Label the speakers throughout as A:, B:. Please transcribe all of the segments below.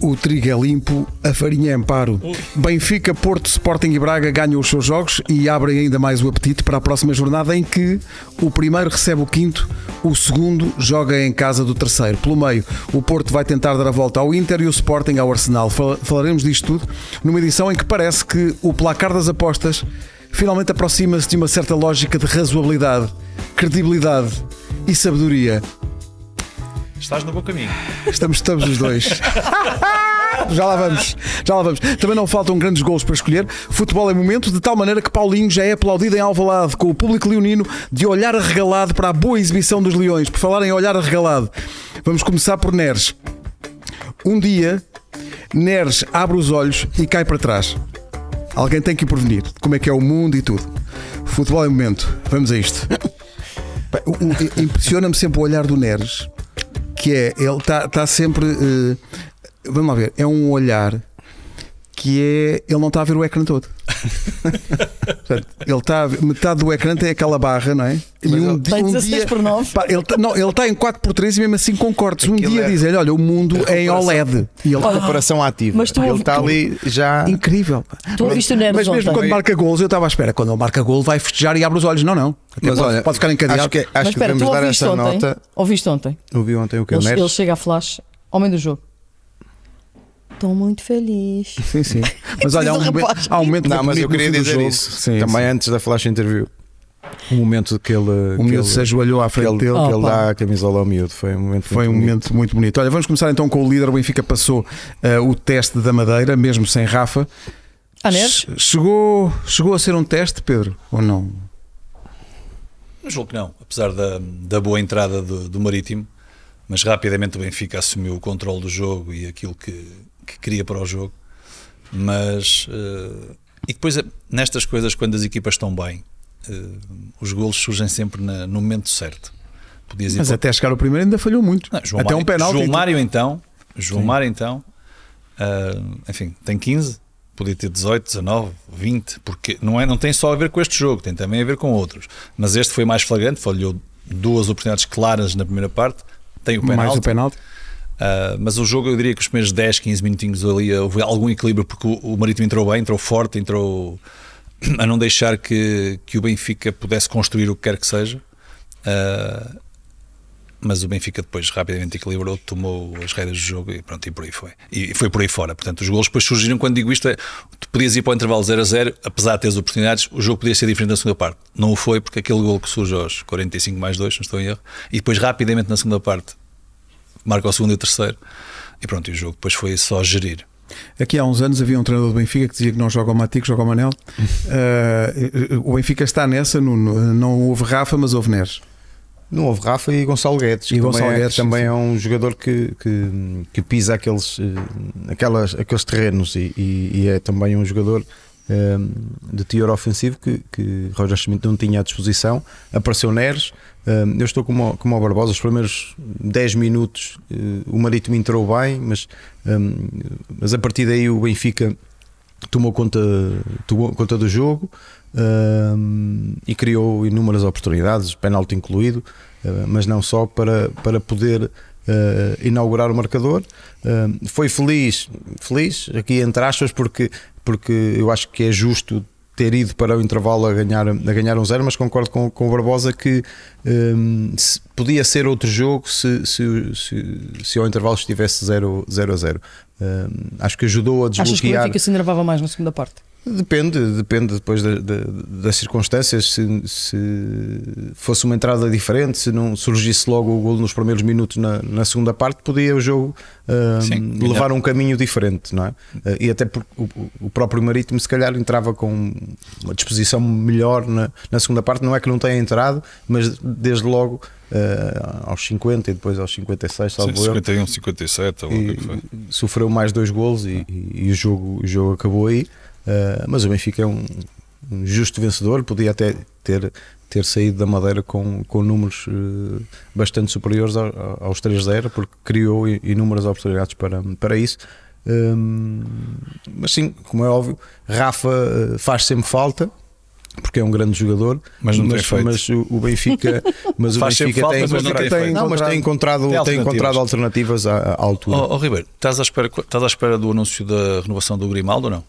A: o trigo é limpo, a farinha é amparo. Benfica, Porto, Sporting e Braga ganham os seus jogos e abrem ainda mais o apetite para a próxima jornada em que o primeiro recebe o quinto, o segundo joga em casa do terceiro. Pelo meio, o Porto vai tentar dar a volta ao Inter e o Sporting ao Arsenal. Fal- Falaremos disto tudo numa edição em que parece que o placar das apostas finalmente aproxima-se de uma certa lógica de razoabilidade, credibilidade e sabedoria.
B: Estás no bom caminho.
A: Estamos, estamos os dois. Já lá vamos, já lá vamos. Também não faltam grandes gols para escolher. Futebol é momento, de tal maneira que Paulinho já é aplaudido em Alvalade, com o público leonino de olhar arregalado para a boa exibição dos Leões. Por falar em olhar arregalado, vamos começar por Neres. Um dia, Neres abre os olhos e cai para trás. Alguém tem que o prevenir de como é que é o mundo e tudo. Futebol é momento, vamos a isto. Pá, o- o- Impressiona-me sempre o olhar do Neres, que é, ele está sempre. eh, vamos lá ver, é um olhar que é. Ele não está a ver o ecrã todo. Portanto, ele está a ver- metade do ecrã tem aquela barra, não é? E um, di-
C: Tem
A: um
C: 16
A: dia.
C: por 9.
A: Pá, ele está em 4x3 e mesmo assim com cortes. Um
D: Aquilo
A: dia
D: é-
A: dizem-lhe: Olha, o mundo é em
D: recuperação.
A: OLED. E ele, "Ah,
D: Recuperação ativa.
C: Ah, Mas tu
D: ele
C: ouve-
D: está ali já.
A: incrível. pá.
C: Tu ouviste o Neres
A: Mas mesmo
C: ontem?
A: quando marca gols, eu estava à espera. Quando ele marca gol, vai festejar e abre os olhos. Não, não. Até
D: Mas
A: pode,
D: olha,
A: pode ficar encadeado.
D: Acho que, é-
C: Mas
D: acho que
C: espera,
D: devemos
C: tu
D: dar
C: ouviste
D: essa
C: ontem?
D: nota.
C: Ouviste ontem?
D: Ouvi ontem o que
C: Ele, ele
D: Neres?
C: chega a flash, homem do jogo. Estou muito feliz.
A: Sim, sim. Mas olha, há um,
C: Diz o
A: momen-
C: rapaz.
A: há um momento
D: Não,
A: muito
D: mas eu
A: bonito no
D: queria
A: fim do
D: dizer
A: jogo.
D: isso.
A: Sim,
D: Também
A: sim.
D: antes da flash interview. O momento que ele.
A: O
D: que
A: miúdo
D: ele,
A: se ajoelhou à
D: que
A: frente
D: ele,
A: dele.
D: que ele
C: Opa.
D: dá a camisola ao miúdo. Foi um momento.
A: Foi um
D: muito bonito.
A: momento muito bonito. Olha, vamos começar então com o líder. O Benfica passou eh, o teste da Madeira, mesmo sem Rafa.
C: Ah, Neres?
A: Che- Chegou, chegou a ser um teste, Pedro? Ou não?
B: Não Julgo que não, apesar da, da boa entrada do, do Marítimo, mas rapidamente o Benfica assumiu o controle do jogo e aquilo que, que queria para o jogo. Mas. eh, e depois, eh, nestas coisas, quando as equipas estão bem, eh, os golos surgem sempre na- no momento certo. Podias ir
A: Mas é
B: para-
A: até chegar ao primeiro ainda falhou muito.
B: Não, João
A: até
B: Mário,
A: um penalti.
B: João Mário, então. João Mário, então. ah, enfim, tem 15. Podia ter 18, 19, 20. Porque não, é, não tem só a ver com este jogo, tem também a ver com outros. Mas este foi mais flagrante. Falhou duas oportunidades claras na primeira parte. Tem o
A: Mais
B: penalti.
A: o penalti.
B: Ah, mas o jogo, eu diria que os primeiros 10, 15 minutinhos ali houve algum equilíbrio porque o, o Marítimo entrou bem, entrou forte, entrou a não deixar que, que o Benfica pudesse construir o que quer que seja. Ah, mas o Benfica depois rapidamente equilibrou, tomou as rédeas do jogo e pronto, e por aí foi. E foi por aí fora. Portanto, os golos depois surgiram. Quando digo isto, é, tu podias ir para o intervalo 0 a 0, apesar de teres oportunidades, o jogo podia ser diferente na segunda parte. Não o foi, porque aquele gol que surge aos 45 mais 2, se não estou em erro, e depois rapidamente na segunda parte marca o segundo e o terceiro. E pronto, e o jogo depois foi só gerir.
A: Aqui há uns anos havia um treinador do Benfica que dizia que não joga o Matico, joga o Manel. Ah, o Benfica está nessa, Nuno. Não houve Rafa, mas houve Neres.
D: Não houve Rafa e Gonçalo Guedes.
A: E
D: que
A: Gonçalo
D: também é,
A: Guedes,
D: também
A: sim.
D: é um jogador que, que, que pisa aqueles, eh, aquelas, aqueles terrenos e, e- e é também um jogador eh, de teor ofensivo que, que Roger Schmidt não tinha à disposição. Apareceu Neres. eh, Eu estou como o, como o Barbosa, os primeiros 10 minutos eh, o Marítimo entrou bem, mas, eh, mas a partir daí o Benfica tomou conta, tomou conta do jogo hum, e criou inúmeras oportunidades, penalti incluído, eh, mas não só para, para poder eh, inaugurar o marcador. Hum, foi feliz, feliz, aqui entre aspas, porque, porque eu acho que é justo ter ido para o intervalo a ganhar, a ganhar um zero, mas concordo com, com o Barbosa que hum, se- podia ser outro jogo se, se, se, se ao intervalo estivesse 0 a 0. acho que ajudou a
C: Achas que o
D: desbloquear.
C: Benfica se enervava mais na segunda parte?
D: Depende, depende depois da- da- das circunstâncias. Se, se fosse uma entrada diferente, se não surgisse logo o gol nos primeiros minutos na, na segunda parte, podia o jogo ah,
B: Sim,
D: levar um caminho diferente, não é? Ah, e até porque o, o próprio Marítimo, se calhar, entrava com uma disposição melhor na, na segunda parte. Não é que não tenha entrado, mas desde logo ah, aos 50 e depois aos 56, salvo eu,
B: 51, 57, ou
D: e sofreu mais dois golos
B: É.
D: e, e- e o, jogo, o jogo acabou aí. Ah, mas o Benfica é um, um justo vencedor, podia até ter, ter saído da Madeira com, com números eh, bastante superiores ao- ao- aos 3-0, porque criou i- inúmeras oportunidades para, para isso. Ah, Hum, mas sim, como é óbvio, Rafa eh, faz sempre ah, falta. porque é um grande jogador,
B: Mas não tem
D: mas,
B: feito.
D: mas o o Benfica, mas o
B: Faz sempre
D: Benfica
B: falta,
D: tem,
B: mas não
D: encontrado-
B: tem feito.
D: não, mas tem encontrado,
B: Tem
D: tem encontrado alternativas à, à altura.
B: Ó oh, Ribeiro, estás à, espera, estás à espera do anúncio da renovação do Grimaldo ou não?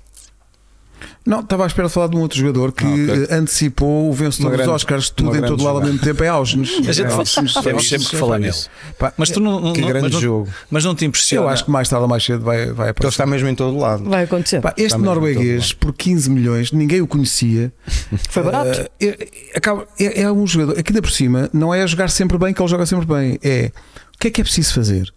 A: Não, estava à espera de falar de um outro jogador que
B: Ah, ok.
A: eh, antecipou o
D: Uma
A: vencedor
D: grande-
A: dos Oscars,
D: uma
A: tudo em
D: grande
A: todo lado ao
D: jogada.
A: mesmo tempo, é Ausnes.
B: A gente
A: É
B: fala-
A: Ausnes,
B: temos
A: Ausnes.
B: sempre que falar nele.
D: isso. Pá,
B: Mas tu não, não-
D: que
B: não-
D: grande
B: mas não-
D: jogo.
B: mas não te impressiona.
A: Eu acho que mais tarde ou mais cedo vai, vai
D: Porque ele
A: aparecer.
D: Então está mesmo em todo lado.
C: Vai acontecer.
A: Pá, este
D: É, está mesmo
A: norueguês, por 15 milhões, ninguém o conhecia.
C: Foi barato.
A: Ah, é- é- acaba- é, é um jogador. Aqui ainda por cima, não é jogar sempre bem que ele joga sempre bem. É o que é que é preciso fazer?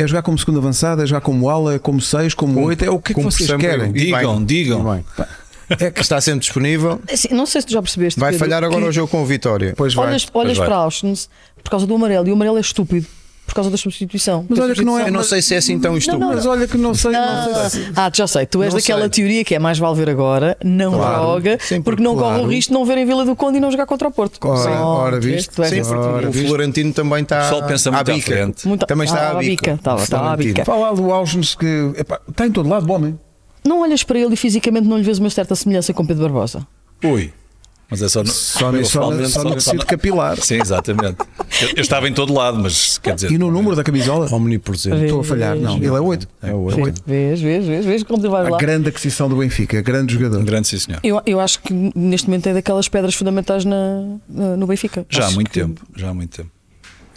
A: É jogar como segundo avançado, é jogar como ala, como seis, como oito, é o que é que
D: Cumpre
A: vocês
D: sempre-
A: querem?
D: e bem.
B: Digam, digam.
D: E bem.
A: É que
D: Está sempre disponível.
C: Assim, não sei se tu já percebeste.
D: Vai
C: Pedro,
D: falhar agora
C: que
D: o jogo com o Vitória.
A: depois vai.
C: Olhas, olhas
B: vai.
C: para Auschwitz por causa do amarelo e o amarelo é estúpido por causa da substituição.
A: Mas
C: Da
A: olha que não é-
D: Eu
C: substituição-
D: não sei se é assim tão estúpido.
A: Mas olha que não sei, não sei.
C: Ah, ah, já sei, tu és
A: Não
C: daquela
A: sei.
C: teoria que é mais vale ver agora, não
D: Claro,
C: joga,
D: sempre,
C: porque não corre o
D: claro.
C: risco de não ver em Vila do Conde e não jogar contra o Porto.
A: Ora,
C: Sim.
A: ora,
C: Tu és-
A: viste?
C: tu és
D: Sim,
C: essa teoria.
D: porque o Florentino também está
B: O pessoal pensa muito
D: à
B: à
D: bica.
B: frente.
C: Muito-
D: Também
C: Ah,
D: está
C: à
D: à bica.
C: bica, estava- estava à
D: Florentino.
C: bica.
A: Fala do Ausnes que epá, está em todo lado, bom, homem.
C: Não olhas para ele e fisicamente não lhe vês uma certa semelhança com Pedro Barbosa.
B: Ui. Mas é só no,
A: Só, no- só, no-
B: pessoalmente,
A: só no
B: só
A: tecido capilar.
B: Sim, exatamente. Eu, eu estava em todo lado, mas quer dizer.
A: E no número da camisola?
D: Omnipresente.
A: Estou a falhar, não. Ele é 8.
D: É oito.
C: Vês, vês, vês, vês como tu vais
A: A
C: lá.
A: grande aquisição do Benfica, grande
B: Um
A: jogador.
B: grande sim, senhor.
C: Eu, eu acho que neste momento é daquelas pedras fundamentais na, na- no Benfica.
B: Já há
C: Acho
B: muito
C: que-
B: tempo. Já há muito tempo.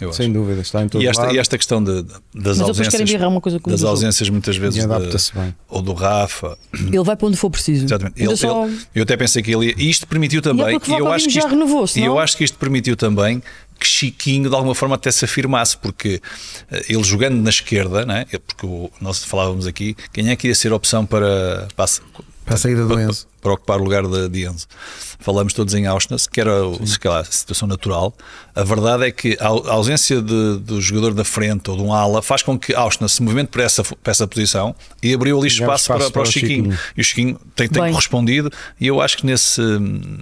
B: Eu acho.
D: Sem dúvida, está em todo
B: E esta,
D: lado.
B: e esta questão de- das
C: Mas eles depois querem
B: ausências,
C: birrar uma coisa com o
B: das
C: do jogo.
B: ausências muitas vezes
D: E
B: de-
D: adapta-se bem.
B: ou do Rafa,
C: Ele vai para onde for preciso.
B: Exatamente.
C: Ainda
B: Ele-
C: só-
B: ele- eu até pensei que ele ia. E isto permitiu
C: E é
B: também.
C: porque Vlahovic
B: eu acho que
C: já
B: isto,
C: renovou-se,
B: e eu
C: não? é?
B: acho que isto permitiu também que Chiquinho de alguma forma até se afirmasse, porque eh, ele jogando na esquerda, né? ele- porque o- nós falávamos aqui, quem é que ia ser opção para, para, a-
A: Para a saída do Enzo.
B: para ocupar o lugar de, de Enzo. Falamos todos em Auschwitz, que era o- sei lá, a situação natural. A verdade é que a au- a ausência de- do jogador da frente ou de um ala faz com que Auschwitz se movimente para essa, para essa posição e abriu ali
D: Ganhava
B: espaço, para, para o Chiquinho. E o Chiquinho tem, tem
C: Bem.
B: correspondido. E eu acho que nesse,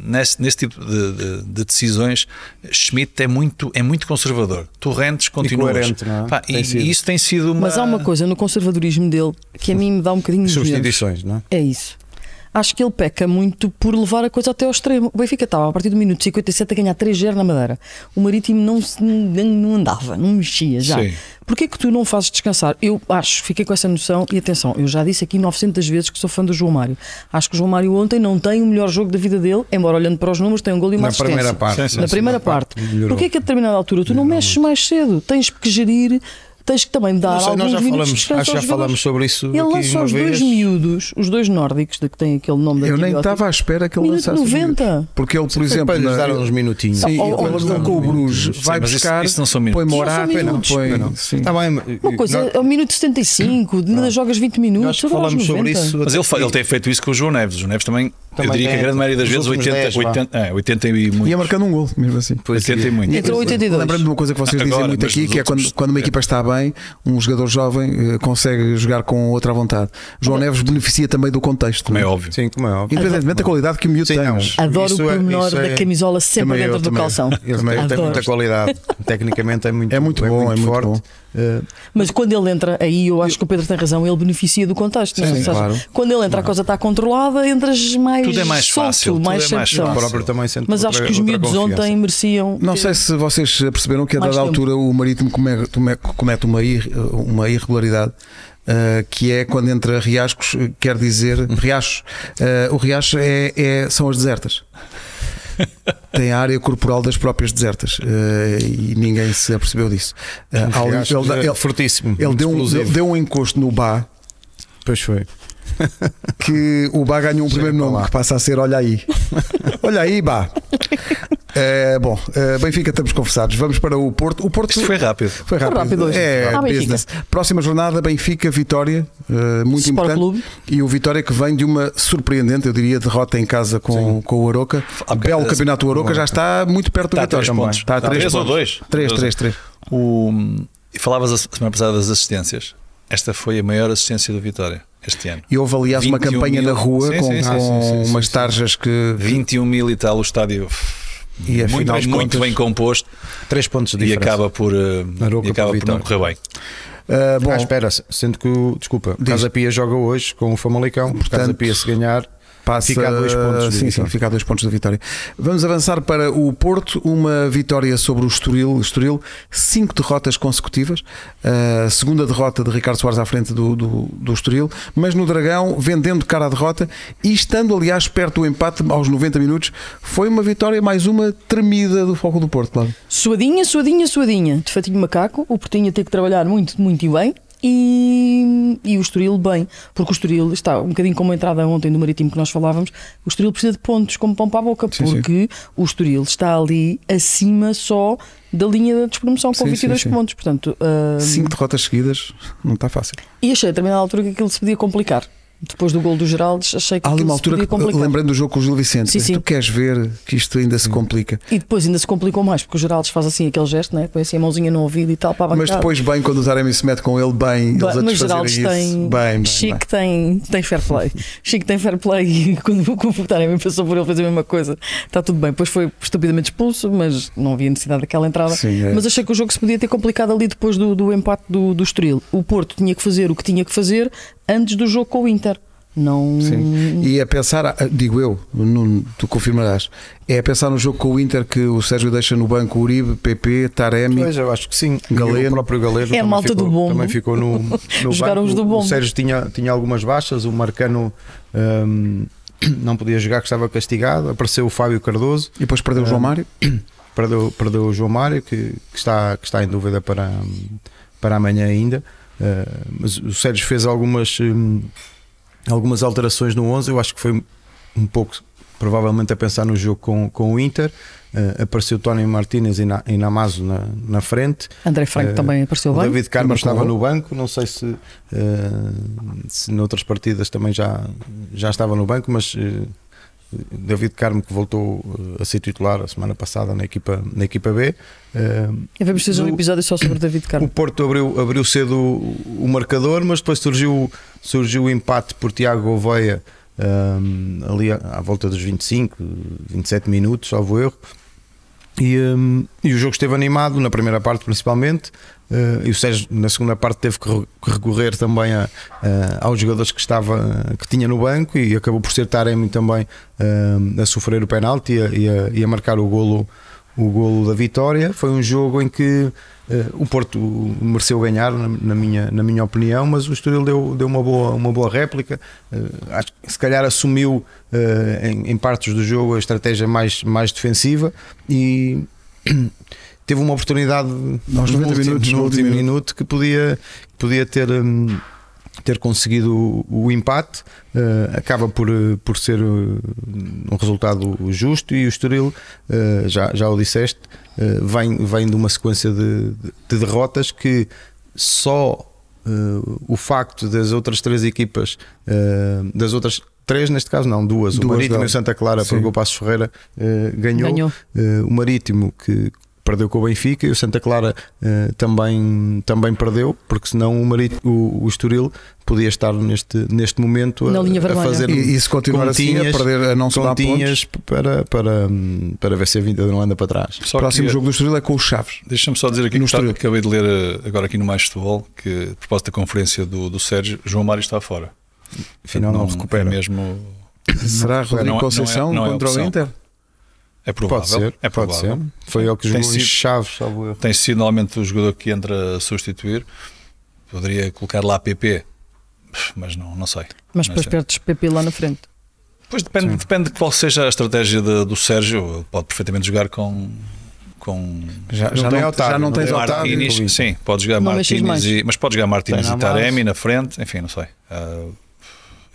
B: nesse, nesse tipo de, de- de decisões, Schmidt é muito, é muito conservador. Torrentes continua.
D: coerente, não é?
B: Pá, E,
D: Tem sido.
B: e isso tem sido uma.
C: Mas há uma coisa no conservadorismo dele que a mim me dá um bocadinho de nojo.
D: Substituições, não é?
C: É isso. Acho que ele peca muito por levar a coisa até ao extremo. O Benfica estava a partir do minuto 57 a ganhar 3-0 na Madeira. O Marítimo não, se- nem- não andava, não mexia já.
B: Sim.
C: Porquê que tu não fazes descansar? Eu acho, fiquei com essa noção e atenção, eu já disse aqui 900 vezes que sou fã do João Mário. Acho que o João Mário ontem não tem o melhor jogo da vida dele, embora olhando para os números tem um gol e uma
D: Na
C: assistência.
D: primeira parte.
B: Sim, sim,
C: Na
D: sim,
C: primeira
D: na parte
C: parte.
D: melhorou.
C: Porquê que a determinada altura tu não mexes mais cedo? Tens que gerir, tens que também dar
D: Não sei,
C: alguns
D: nós já
C: minutos de
D: falamos-
C: descanso
D: acho que já
C: aos jogadores.
D: falamos sobre isso
C: Ele
D: aqui
C: lança
D: uma
C: os dois
D: vez.
C: miúdos, os dois nórdicos, de que tem aquele nome
A: Eu
C: daquele
A: nem
C: ótimo.
A: estava à espera que ele
C: Minuto
A: lançasse. os
C: 90.
A: minutos. Porque ele, por exemplo,
D: Para lhes
A: na-
D: dar uns minutinhos.
A: Sim,
C: Oh,
A: ele
C: oh,
A: ele
C: oh,
A: com o Bruges,
B: Sim,
A: vai
B: mas isso-
A: buscar,
B: isso não são minutos.
A: põe
B: Não Tá são
A: Morata,
C: minutos.
A: põe.
D: Não.
A: sim.
D: Está bem,
C: Uma coisa,
D: nós-
C: é o minuto 75, ainda jogas 20 minutos.
D: nós que
C: agora aos
D: falamos sobre
C: 90.
D: isso.
B: Mas ele, fa- ele tem feito isso com o João Neves. O João Neves também,
D: Também
B: eu diria que a
D: tem.
B: grande maioria das
D: Os
B: vezes,
D: últimos
B: 80,
D: 10, vá.
B: 80, é, 80 e muito.
A: E é marcando um gol, mesmo assim.
B: 80
D: é,
B: e é, muito.
C: Entrou 82.
A: Lembrando-me de uma coisa que vocês dizem
B: Agora,
A: muito
B: mas
A: aqui,
B: nos
A: que é quando,
B: últimos-
A: quando uma equipa está bem, um jogador jovem eh, consegue jogar com outra vontade. João Neves beneficia também do contexto.
B: Como é
A: não é?
B: óbvio.
D: Sim, como é óbvio.
A: Independentemente da qualidade que o miúdo
D: Sim,
A: tem.
D: não.
A: mas-
C: Adoro
D: Isso
C: o
D: é-
C: pormenor
D: isso é-
C: da camisola sempre
A: também eu,
C: dentro do
A: também.
C: calção.
D: Ele também tem
C: Adoro.
D: muita qualidade. Tecnicamente é muito,
A: É muito bom, é muito
D: forte.
A: bom.
D: Eh,
C: Mas quando ele entra, aí eu acho que o Pedro tem razão, ele beneficia do contexto. não é?
A: Sim,
C: Ou seja,
A: claro.
C: Quando ele entra, a coisa está controlada, entras mais
B: Tudo é mais
C: solto,
B: fácil, tudo é
C: mais
B: mais
C: sem
D: o
B: fácil.
C: noção.
D: próprio também sente
C: Mas acho
D: outra-
C: que os
D: outra
C: miúdos
D: confiança.
C: ontem mereciam.
A: Não
C: ter-
A: sei se vocês perceberam que a
C: Mais
A: dada
C: tempo.
A: altura o Marítimo come- tome- comete uma, ir- uma irregularidade. ah, que é quando entra riascos, eh, quer dizer riachos. Ah, o riacho é, é- são as desertas. Tem a área corporal das próprias desertas ah, e ninguém se apercebeu disso. Ah, há ali-
D: Aliás,
A: ele dá- ele-
D: fortíssimo.
A: ele deu, um,
D: é explosivo.
A: deu um encosto no Bá
D: Pois foi.
A: que o Bá ganhou um primeiro
D: para
A: nome
D: lá.
A: que passa a ser Olha aí. Olha aí, Bá. Eh, bom, eh, Benfica, estamos conversados. Vamos para o Porto. O Porto
B: Isto foi rápido.
A: Foi rápido.
C: Foi rápido hoje.
A: É,
C: Ah, Benfica.
A: business. Próxima jornada, Benfica, Vitória, eh, muito
C: Sport
A: importante.
C: Clube.
A: E o Vitória que vem de uma surpreendente, eu diria, derrota em casa com, com o Aroca.
B: Ah,
A: Belo
B: eh,
A: campeonato do Aroca, já está muito perto do
B: Está a
A: Vitória.
B: três pontos.
A: Está a
B: Está a
A: 3
B: três ou
A: pontos.
B: dois?
A: 3,
B: Dois.
A: 3, 3.
B: O, e falavas a semana passada das assistências. Esta foi a maior assistência do Vitória este ano.
A: E houve, aliás, uma
B: 21
A: campanha
B: mil.
A: na rua
B: Sim,
A: com,
B: sim, sim,
A: com
B: sim, sim,
A: umas tarjas que.
B: 21 mil e tal, o estádio
A: E
B: muito,
A: afinal de
B: muito
A: contas-
B: bem composto
D: Três pontos de
B: e
D: diferença.
B: acaba por, eh,
D: Arouca
B: e acaba
D: para
B: por não
D: Vitória.
B: correr bem.
A: Ah, bom,
D: Ah, espera, sendo que o. Desculpa,
A: Diz.
D: Casa Pia joga hoje com o Famalicão. Casa Pia se ganhar.
A: passa.
D: Fica a dois pontos da
A: Sim, sim,
D: vitória.
A: fica a dois pontos da vitória. Vamos avançar para o Porto, uma vitória sobre o Estoril. Estoril, cinco derrotas consecutivas. A segunda derrota de Ricardo Soares à frente do, do, do Estoril, mas no Dragão, vendendo cara à derrota e estando, aliás, perto do empate aos 90 minutos, foi uma vitória mais uma tremida do Foco do Porto, claro.
C: Suadinha, suadinha, suadinha. De fatinho macaco, o Portinho a ter que trabalhar muito, muito e bem. E, e o Estoril bem, porque o Estoril está um bocadinho como a entrada ontem do Marítimo que nós falávamos, o Estoril precisa de pontos como pão para a boca,
A: Sim, sim.
C: porque o Estoril está ali acima só da linha da despromoção com
A: Sim, sim,
C: 22
A: sim.
C: pontos, portanto, ah,
A: Cinco derrotas seguidas, não está fácil.
C: e achei a determinada altura que aquilo se podia complicar. Depois do gol do Geraldes, achei que
A: Há ali
C: aquilo
A: uma
C: se
A: altura
C: podia
A: que, ah,
C: complicar.
A: lembrando do jogo com o Gil Vicente,
C: Sim, sim.
A: tu queres ver que isto ainda
D: Hum.
A: se complica.
C: E depois ainda se complicou mais, porque o Geraldes faz assim aquele gesto, né? põe assim a mãozinha no ouvido e tal para a
A: Mas
C: bancada.
A: depois, bem, quando o Taremi se mete com ele, bem, eles a
C: Mas
A: desfazerem
C: Geraldes
A: isso.
C: tem.
A: Bem, bem,
C: Chico Tem, tem fair play. Chico tem fair play e quando o comportarem passou por ele fez a mesma coisa. Está tudo bem. Depois foi estupidamente expulso, mas não havia necessidade daquela entrada.
A: Sim, é.
C: Mas achei que o jogo se podia ter complicado ali depois do, do empate do, do Estoril. O Porto tinha que fazer o que tinha que fazer antes do jogo com o Inter. Não.
A: Sim. E é pensar, ah, digo eu, Nuno, tu confirmarás, é a pensar no jogo com o Inter que o Sérgio deixa no banco Uribe, PP, Taremi.
D: Pois, eu acho que sim.
A: Galeno.
D: E O próprio Galeno
C: É a
D: também
C: malta
D: ficou,
C: do bombo.
D: Também ficou no, no
C: Jogaram os
D: banco.
C: do bombo.
D: O Sérgio tinha, tinha algumas baixas, o Marcano hum, não podia jogar, que estava castigado. Apareceu o Fábio Cardoso,
A: E depois perdeu o
B: É.
A: João Mário.
D: perdeu, perdeu o João Mário, que, que está, que está em dúvida para, hum, para amanhã ainda. Eh, mas o Sérgio fez algumas, hum, algumas alterações no 11, eu acho que foi um pouco provavelmente a pensar no jogo com, com o Inter. Eh, apareceu Tony Martínez e, na, e Namazo na, na frente.
C: André Franco
D: Eh,
C: também apareceu
D: O
C: bem.
D: David Carmo
A: Marcou
D: estava
A: gol.
D: no banco, não sei se, eh, se noutras partidas também já, já estava no banco, mas eh, David Carmo que voltou eh, a ser titular a semana passada na equipa, na equipa B. eh,
C: E vamos fazer um
D: do-
C: episódio só sobre David
D: o
C: Carmo.
D: Porto abriu, abriu cedo o, o marcador, mas depois surgiu, surgiu o empate por Tiago Gouveia hum, ali à, à volta dos 25, 27 minutos, salvo erro. E, hum, e o jogo esteve animado na primeira parte, principalmente. eh, e o Sérgio, na segunda parte, teve que re- que recorrer também a, a- aos jogadores que, estava, que tinha no banco e acabou por ser Taremi também hum, a sofrer o penalti e a, e a- e a marcar o golo, o golo da vitória. Foi um jogo em que eh, o Porto mereceu ganhar, na, na minha, na minha opinião, mas o Estoril deu, deu uma, boa, uma boa réplica. Eh, acho que se calhar assumiu eh, em, em partes do jogo a estratégia mais, mais defensiva e teve uma oportunidade
A: Aos 90
D: no último,
A: minutos,
D: no
A: no
D: último
A: último
D: minuto que podia, que podia ter. hum, ter conseguido o, o empate eh, acaba por, eh, por ser eh, um resultado justo e o Estoril, eh, já, já o disseste, eh, vem, vem de uma sequência de, de- de derrotas que só eh, o facto das outras três equipas, eh, das outras três neste caso não, duas,
A: Duas
D: o Marítimo e o
A: delas.
D: Santa Clara,
A: Sim.
D: porque o Passos Ferreira eh, ganhou,
C: Ganhou.
D: eh, o Marítimo que perdeu com o Benfica e o Santa Clara eh, também, também perdeu, porque senão o, Marit, o, o Estoril podia estar neste, neste momento
C: Na
D: a,
C: linha
D: a
C: vermelha.
D: fazer
A: E, e se continuar assim,
D: continhas-
A: a perder, a não se dar pontos.
D: continhas para, para, para ver se a vida não anda para trás.
B: Só
A: Próximo
B: que-
A: jogo do Estoril é com o Chaves.
B: Deixa-me só dizer aqui
A: No
B: que está-
A: Estoril.
B: acabei de ler eh, agora aqui no Mais Futebol que, a propósito da conferência do, do Sérgio, João Mário está fora.
D: Afinal, não,
B: Portanto,
D: recupera.
B: É mesmo.
A: Será Rodrigo
B: não é-
A: Conceição
B: não é
A: contra o
B: opção.
A: Inter?
B: É provável.
D: Pode ser,
B: é
D: pode
B: provável.
D: ser. Foi ele que
B: Tem
D: jogou em
B: sido-
D: chaves, salvo erro.
B: Tem sido normalmente o jogador que entra a substituir. Poderia colocar lá PP, mas não, não sei.
C: Mas
B: Não
C: depois
A: é.
B: sei.
C: perdes PP lá na frente.
B: Pois depende, depende de qual seja a estratégia de- do Sérgio. Ele pode perfeitamente jogar com. com
A: Já,
D: Não
A: já,
D: tem
A: não,
D: Otávio,
A: já não
D: não
A: tens
D: tem
A: Otávio.
D: Otávio.
B: Martínez, sim, pode jogar
C: Não mexes
B: Martínez
C: mais.
B: e, mas pode jogar Martínez
D: Tem
B: e
D: Namazo.
B: Taremi na frente, enfim, não sei. Uh,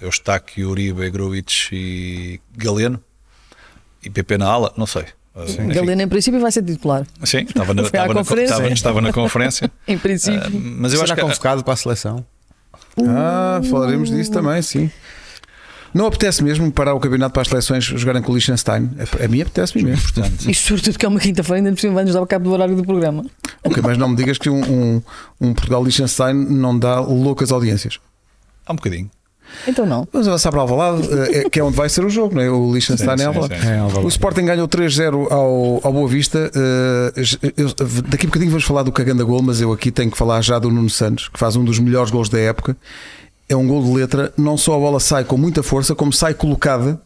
B: Eustáquio, Uribe, Gruitch e Galeno e PP na ala, não sei. Ah, enfim.
C: Galeno, em princípio, vai ser titular.
B: Sim, estava na,
C: Foi à
B: estava na,
C: conferência.
B: estava- estava na conferência.
C: Em princípio.
B: Ah, mas eu
D: Será
B: acho que
D: convocado é um para a seleção?
A: Ah, falaremos disso também, sim. Não apetece mesmo parar o campeonato para as seleções jogarem com o Liechtenstein. A- A mim apetece-me mesmo.
B: portanto,
C: E sobretudo que é uma quinta-feira, ainda por cima vai-nos dar cabo do horário do programa.
A: Ok, mas não me digas que um, um, um Portugal Liechtenstein não dá loucas audiências.
B: há um bocadinho.
C: Então não.
A: Vamos avançar para Alvalade, eh, é- que é onde vai ser o jogo, não é? O Liechtenstein
B: Sim,
A: é
B: sim,
A: Alvalade.
B: sim, sim.
D: É, Alvalade.
A: O Sporting ganhou 3-0 ao, ao Boa Vista. eh, eu- eu- daqui a bocadinho vamos falar do cagando a gol, mas eu aqui tenho que falar já do Nuno Santos, que faz um dos melhores gols da época. é um gol de letra. Não só a bola sai com muita força, como sai colocada.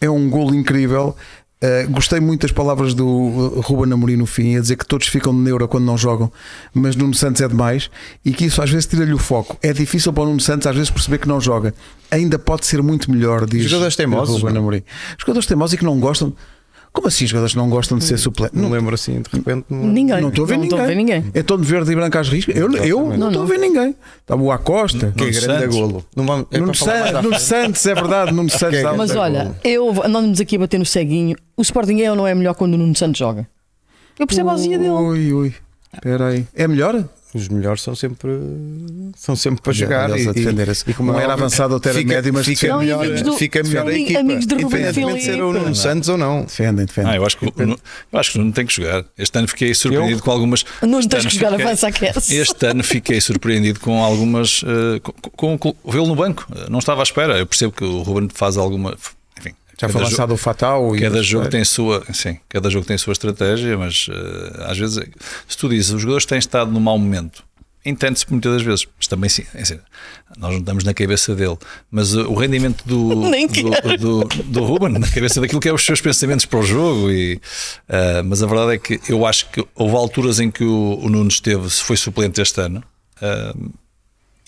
A: É um gol incrível. Uh, gostei muito das palavras do uh, Ruben Amorim no fim, a dizer que todos ficam de neura quando não jogam, mas Nuno Santos é demais e que isso às vezes tira-lhe o foco. É difícil para o Nuno Santos às vezes perceber que não joga. Ainda pode ser muito melhor, diz
D: Jogadores teimosos,
A: Ruben
D: não? é?
A: Amorim. Jogadores teimosos e que não gostam. Como assim os jogadores não gostam de ser suplente?
D: Não
A: Não,
D: me lembro assim, de repente. não-
C: Ninguém.
A: não estou a ver ninguém.
C: Não estou a ver ninguém.
A: É todo verde e branco às riscas. Eu, eu não estou a ver ninguém. Estava o Acosta.
D: Que grande
B: Santos.
D: golo. Não vamos, é
A: Nuno
D: para falar mais à
A: Santos, Nuno
D: frente.
A: Santos, é verdade, Nuno Santos.
D: é
A: dá-
C: Mas
D: Sim.
C: olha, eu vou- andamos aqui a bater no ceguinho. O Sporting é ou não é melhor quando o Nuno Santos joga? Eu percebo a azia dele.
A: Ui, ui. Espera aí. É melhor?
D: Os melhores são sempre, são sempre para
A: Melhor-
D: jogar
A: melhores
D: e,
A: a defenderem-se. Um
D: é
A: era
D: óbvio,
A: avançado, outro era
D: fica-
A: médio, mas
D: fica
A: defende.
C: Não, e
D: melhor,
C: amigos do-
D: fica
C: são
D: melhor a
C: amigos-
D: equipa,
C: amigos de Ruben
D: independentemente de ser o
C: Filipe.
D: Nuno Santos ou não.
A: Defendem,
B: Ah,
A: defendem.
B: eu acho que, o Nuno- eu acho que o Nuno tem que jogar. Este ano fiquei surpreendido com algumas.
C: Nuno,
B: este
C: tens
B: ano
C: que jogar
B: fiquei-
C: avança aquece.
B: Este ano fiquei surpreendido com algumas. eh, com, com, com vê-lo no banco. Eh, Não estava à espera. Eu percebo que o Ruben faz alguma. Enfim,
A: Já
B: cada
A: foi
B: jogo-
A: lançado o Fatal. e-
B: Cada jogo tem a sua, sim, cada jogo tem a sua estratégia, mas eh, às vezes, é- se tu dizes, os jogadores têm estado num mau momento, entende-se muitas das vezes, mas também sim, é assim, nós não estamos na cabeça dele, mas eh, o rendimento do,
C: Nem quero.
B: do, do, do Ruben, na cabeça daquilo que é os seus pensamentos para o jogo, e, eh, mas a verdade é que eu acho que houve alturas em que o, o Nuno esteve, se foi suplente este ano, eh,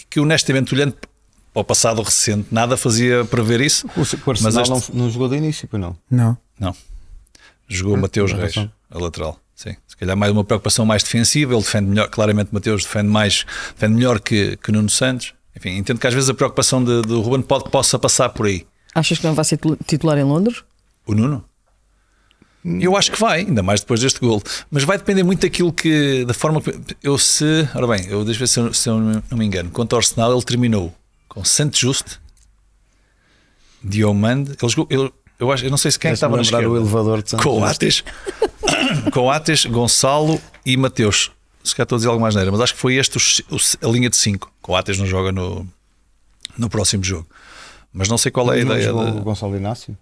B: e que honestamente olhando para o passado recente, nada fazia prever isso,
D: O
B: mas
D: Arsenal
B: este-
D: não, não jogou de início, pois não.
A: Não.
B: não. Jogou Mateus Reis, a lateral. Sim. Se calhar mais uma preocupação mais defensiva, ele defende melhor, claramente Mateus defende mais, defende melhor que, que Nuno Santos. Enfim, entendo que às vezes a preocupação de- do Ruben pode, possa passar por aí.
C: Achas que não vai ser tu- titular em Londres?
B: O Nuno? Eu acho que vai, ainda mais depois deste gol. Mas vai depender muito daquilo que. da forma que. Eu se. Ora bem, eu, deixa eu ver se eu, se eu não me engano. Contra o Arsenal, ele terminou com Santo Juste, Diomande. Ele jogou. ele- eu, acho, eu não sei se quem é que
D: Estava
B: estava
D: a
B: na
D: lembrar
B: esquerda.
D: o elevador de Santos.
B: Coates, Coates, Gonçalo e Mateus. Se calhar estou a dizer alguma maneira, mas acho que foi este os- os- a linha de 5. Coates não joga no, no próximo jogo. Mas não sei qual é a
D: Não
B: ideia.
D: jogou
B: de-
D: o Gonçalo Inácio?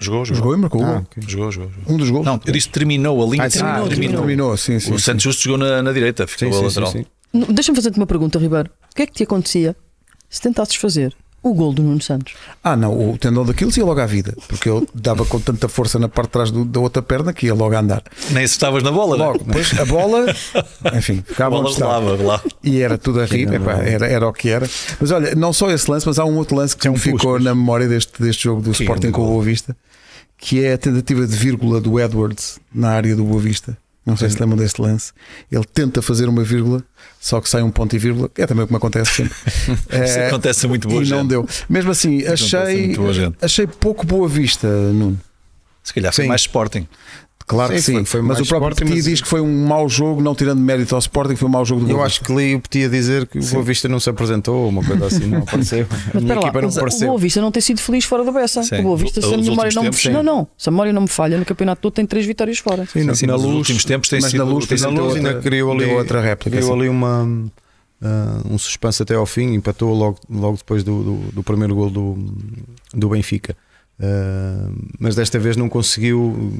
B: Jogou, jogou.
A: Jogou e marcou o gol.
B: Jogou, jogou, jogou.
A: Um dos gols.
B: Não, eu disse terminou a linha.
D: Ah,
B: de
D: terminou,
B: cinco.
A: terminou. Terminou, sim, sim,
B: O
A: sim.
B: Santos Justo jogou na, na direita, ficou a lateral.
C: Nu- Deixa-me fazer-te uma pergunta, Ribeiro. O que é que te acontecia se tentasses fazer o gol do Nuno Santos?
A: Ah, não, o tendão daquilo ia logo à vida, porque eu dava com tanta força na parte de trás do- da outra perna que ia logo a andar.
B: Nem acertavas na bola, né?
A: Logo, depois a bola, enfim,
B: A
A: ficava
B: bola
A: onde estava.
B: rolava lá.
A: E era tudo a rir,
B: é
A: epá, era, era o que era. Mas olha, não só esse lance, mas há um outro lance que me ficou na memória deste, deste jogo do Sporting com o Boa Vista, que é a tentativa de vírgula do Edwards na área do Boa Vista. Não sei se lembram deste lance. Ele tenta fazer uma vírgula, só que sai um ponto e vírgula, que é também o que me acontece sempre.
B: Isso
A: É,
B: acontece a muito boa
A: e não
B: gente.
A: deu. Mesmo assim,
B: acontece a
A: achei,
B: muito boa gente.
A: achei pouco Boa Vista, Nuno.
B: Se calhar foi
D: Sim.
B: mais Sporting.
A: Claro
D: Sim,
A: que sim,
D: foi- foi
A: mas
D: mais
A: o próprio
D: Sporting,
A: Petit
D: mas-
A: diz que foi um mau jogo, não tirando mérito ao Sporting, foi um mau jogo do Boa
D: Eu
A: Vista.
D: acho que li o Petit a dizer que o Boa Vista não se apresentou, uma coisa assim, não apareceu. A
C: Mas
D: minha
C: espera lá,
D: equipa não
C: mas o Boa
D: apareceu.
C: Vista não tem sido feliz fora da Beça.
B: Sim.
C: O Boa Vista, se a
B: Os
C: minha memória não me
B: últimos
C: falha. Não,
B: tempos,
C: não, se a memória não me falha, no campeonato todo tem três vitórias fora.
D: Sim,
B: Sim, sim,
D: na
B: mas nos
D: luz,
B: últimos tempos tem
A: mas
B: sido.
A: na luz
B: tem
A: tem
D: Na
B: sido
A: deu
D: luz ainda
A: outra-
D: criou ali,
A: deu outra réplica,
D: criou
A: sim.
D: ali uma, ah, um suspense até ao fim, empatou logo, logo depois do, do- do primeiro gol do, do Benfica. Ah, mas desta vez não conseguiu.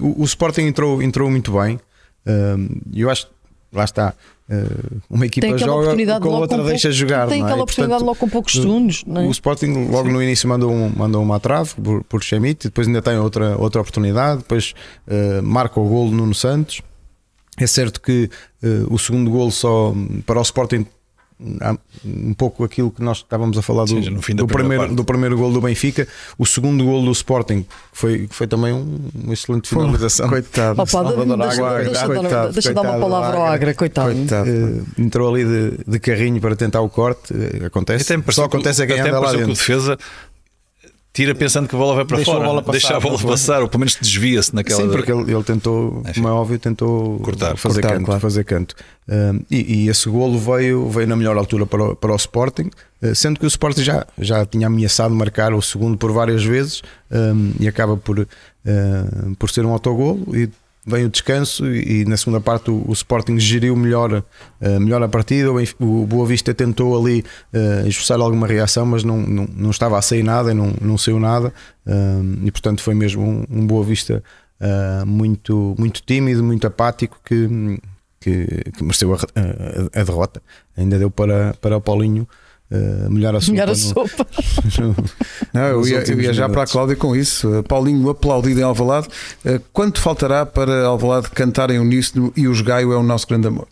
D: O, o Sporting entrou, entrou muito bem. Ah, eu acho que lá está. ah, uma equipa
C: Tem aquela
D: joga
C: oportunidade
D: com a
C: logo
D: outra
C: com
D: deixa
C: pouco-
D: jogar.
C: Tem
D: não é?
C: aquela
D: E,
C: oportunidade
D: portanto,
C: logo com poucos segundos. não é?
D: o Sporting logo no início mandou, um, mandou uma trave por, por Chemite, depois ainda tem outra, outra oportunidade, depois eh, marca o golo Nuno Santos. É certo que eh, o segundo golo só hum, para o Sporting há um pouco aquilo que nós estávamos a falar do,
B: Sim, no fim da
D: do
B: primeira
D: primeiro,
B: parte.
D: do primeiro golo do Benfica, o segundo golo do Sporting que foi, que foi também um, uma excelente finalização.
A: Coitado.
C: Opa,
D: Salvador
C: deixa-
D: Agra,
C: deixa
D: coitado,
C: dar- Deixa dar uma
D: coitado,
C: palavra ao
D: Agra.
C: Agra, coitado.
A: Coitado.
D: Eh, entrou ali de, de carrinho para tentar o corte, eh, acontece.
B: Até me pareceu
D: Só acontece é a
B: que,
D: quem
B: até me
D: anda lá
B: pareceu que
D: dentro.
B: o defesa tira pensando que a bola vai para
D: Deixou
B: fora.
D: a bola passar,
B: deixa a bola
C: é?
D: não foi?
B: passar, ou pelo menos desvia-se naquela.
D: Sim, porque ele, ele tentou,
B: Enfim.
D: como é óbvio, tentou
B: Cortar,
D: fazer
A: cortar,
D: canto.
A: claro.
D: Fazer canto. Um, e, e esse golo veio, veio na melhor altura para o, para o Sporting, eh, sendo que o Sporting já, já tinha ameaçado marcar o segundo por várias vezes um, e acaba por, eh, por ser um autogolo e vem o descanso e, e na segunda parte o, o Sporting geriu melhor, eh, melhor a partida, o, Benf- o Boa Vista tentou ali eh, esboçar alguma reação, mas não, não, não estava a sair nada e não, não saiu nada um, e portanto foi mesmo um, um Boa Vista ah, muito, muito tímido, muito apático que, que, que mereceu a, a- a derrota. Ainda deu para, para o Paulinho eh, molhar a sopa.
C: Melhor a
D: no-
C: sopa.
D: no-
A: Não, eu
D: Nos
A: ia, eu
D: últimos
A: ia já para a
D: minutos.
A: Cláudia com isso. Uh, Paulinho aplaudido em Alvalade. Uh, Quanto faltará para Alvalade cantarem uníssono e os Gaio é o nosso grande amor?